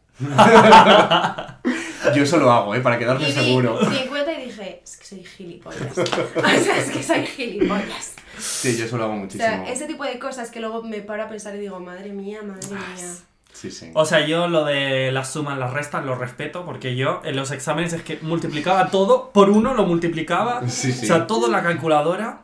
B: Yo eso lo hago, ¿eh? Para
F: Y
B: quedarme
F: vi
B: seguro.
F: 50 y dije, es que soy gilipollas. o sea, es que soy gilipollas.
B: Sí, yo eso lo hago
F: O
B: muchísimo.
F: sea, ese tipo de cosas que luego me paro a pensar y digo, madre mía, madre mía.
B: Sí, sí.
A: O sea, yo lo de las sumas, las restas, lo respeto, porque yo en los exámenes es que multiplicaba todo por uno, lo multiplicaba.
B: Sí, sí.
A: O sea, todo en la calculadora.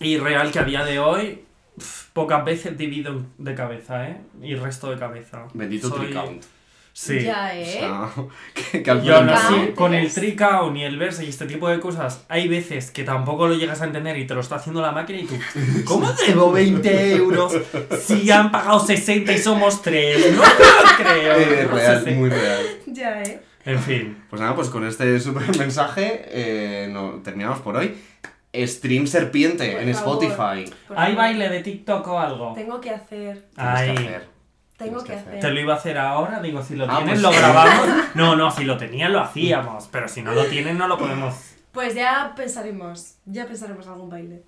A: Y real que a día de hoy, pf, pocas veces divido de cabeza, ¿eh? Y resto de cabeza.
B: Bendito
A: Soy-
B: tricount.
A: Sí.
F: Ya, ¿eh?
B: O sea, que, que al
A: Yo aún
B: final-
F: Tricount.
A: así, con el tricount y el verse y este tipo de cosas, hay veces que tampoco lo llegas a entender y te lo está haciendo la máquina y tú, ¿cómo debo 20 euros si han pagado 60 y somos 3? No te lo creo.
B: Eh,
A: No sé
B: real,
A: si-
B: muy real.
F: Ya, ¿eh?
A: En fin.
B: Pues nada, pues con este super mensaje eh, no, terminamos por hoy. Stream Serpiente
F: Por
B: en
F: favor.
B: Spotify.
F: Por
A: ¿Hay
F: favor.
A: baile de TikTok o algo?
F: Tengo que hacer,
B: Tienes que
A: Ay.
B: hacer.
F: tengo
B: Tienes
F: que
B: que hacer.
F: hacer.
A: Te lo iba a hacer ahora, digo, si lo
B: Ah,
A: tienes
B: pues
A: lo
B: sí.
A: grabamos. No, no, si lo tenías lo hacíamos, pero si no lo tienes no lo podemos.
F: Pues ya pensaremos, ya pensaremos algún baile.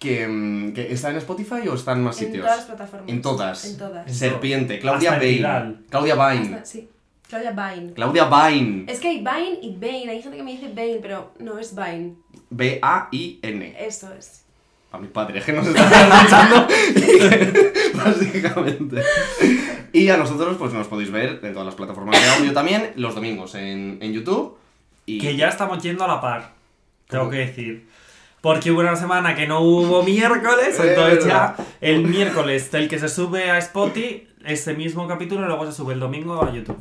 B: Que, mm, que ¿Está en Spotify o está en más
F: En
B: sitios?
F: todas las plataformas.
B: En todas.
F: En todas.
B: Serpiente, Claudia
A: Hasta en
B: Bain.
A: Tidal.
B: Claudia Bain.
F: Hasta- sí. Claudia Vine.
B: Claudia Bain.
F: Es que hay Vine y Bane, hay gente que me dice Bane, pero no es Vine.
B: B-A-I-N.
F: Eso es.
B: A mi padre, que nos está escuchando. Básicamente. Y a nosotros, pues nos podéis ver en todas las plataformas de audio también, los domingos en, en YouTube. Y
A: Que ya estamos yendo a la par, tengo que decir. Porque hubo una semana que no hubo miércoles, entonces ya el miércoles del que se sube a Spotify, ese mismo capítulo luego se sube el domingo a YouTube.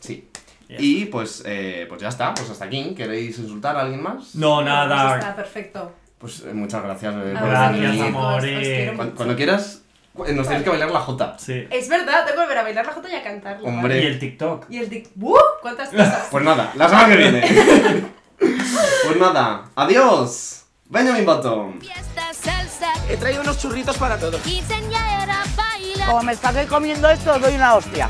B: Sí.
A: Ya
B: Y pues, eh, pues ya está, pues hasta aquí. ¿Queréis insultar a alguien más?
A: No,
F: Eso
A: nada.
F: pues está perfecto.
B: Pues eh, muchas gracias, bebé, por
A: Gracias,
B: venir.
F: chicos,
A: amor.
F: os quiero
A: amores.
B: Cuando,
F: mucho.
B: cuando quieras, cu- nos tienes que bailar la Jota.
A: Sí.
F: Es verdad, tengo que volver a bailar la jota y a cantarla.
A: Y
B: Hombre.
A: el TikTok.
F: Y el tic. ¡Uh! ¿Cuántas cosas?
B: Pues nada, la semana que viene. pues nada, adiós. Benjamin Button.
C: Fiesta salsa,
D: He traído unos churritos para todos.
C: quinceañera baila.
E: Como me escape comiendo esto, os doy una hostia.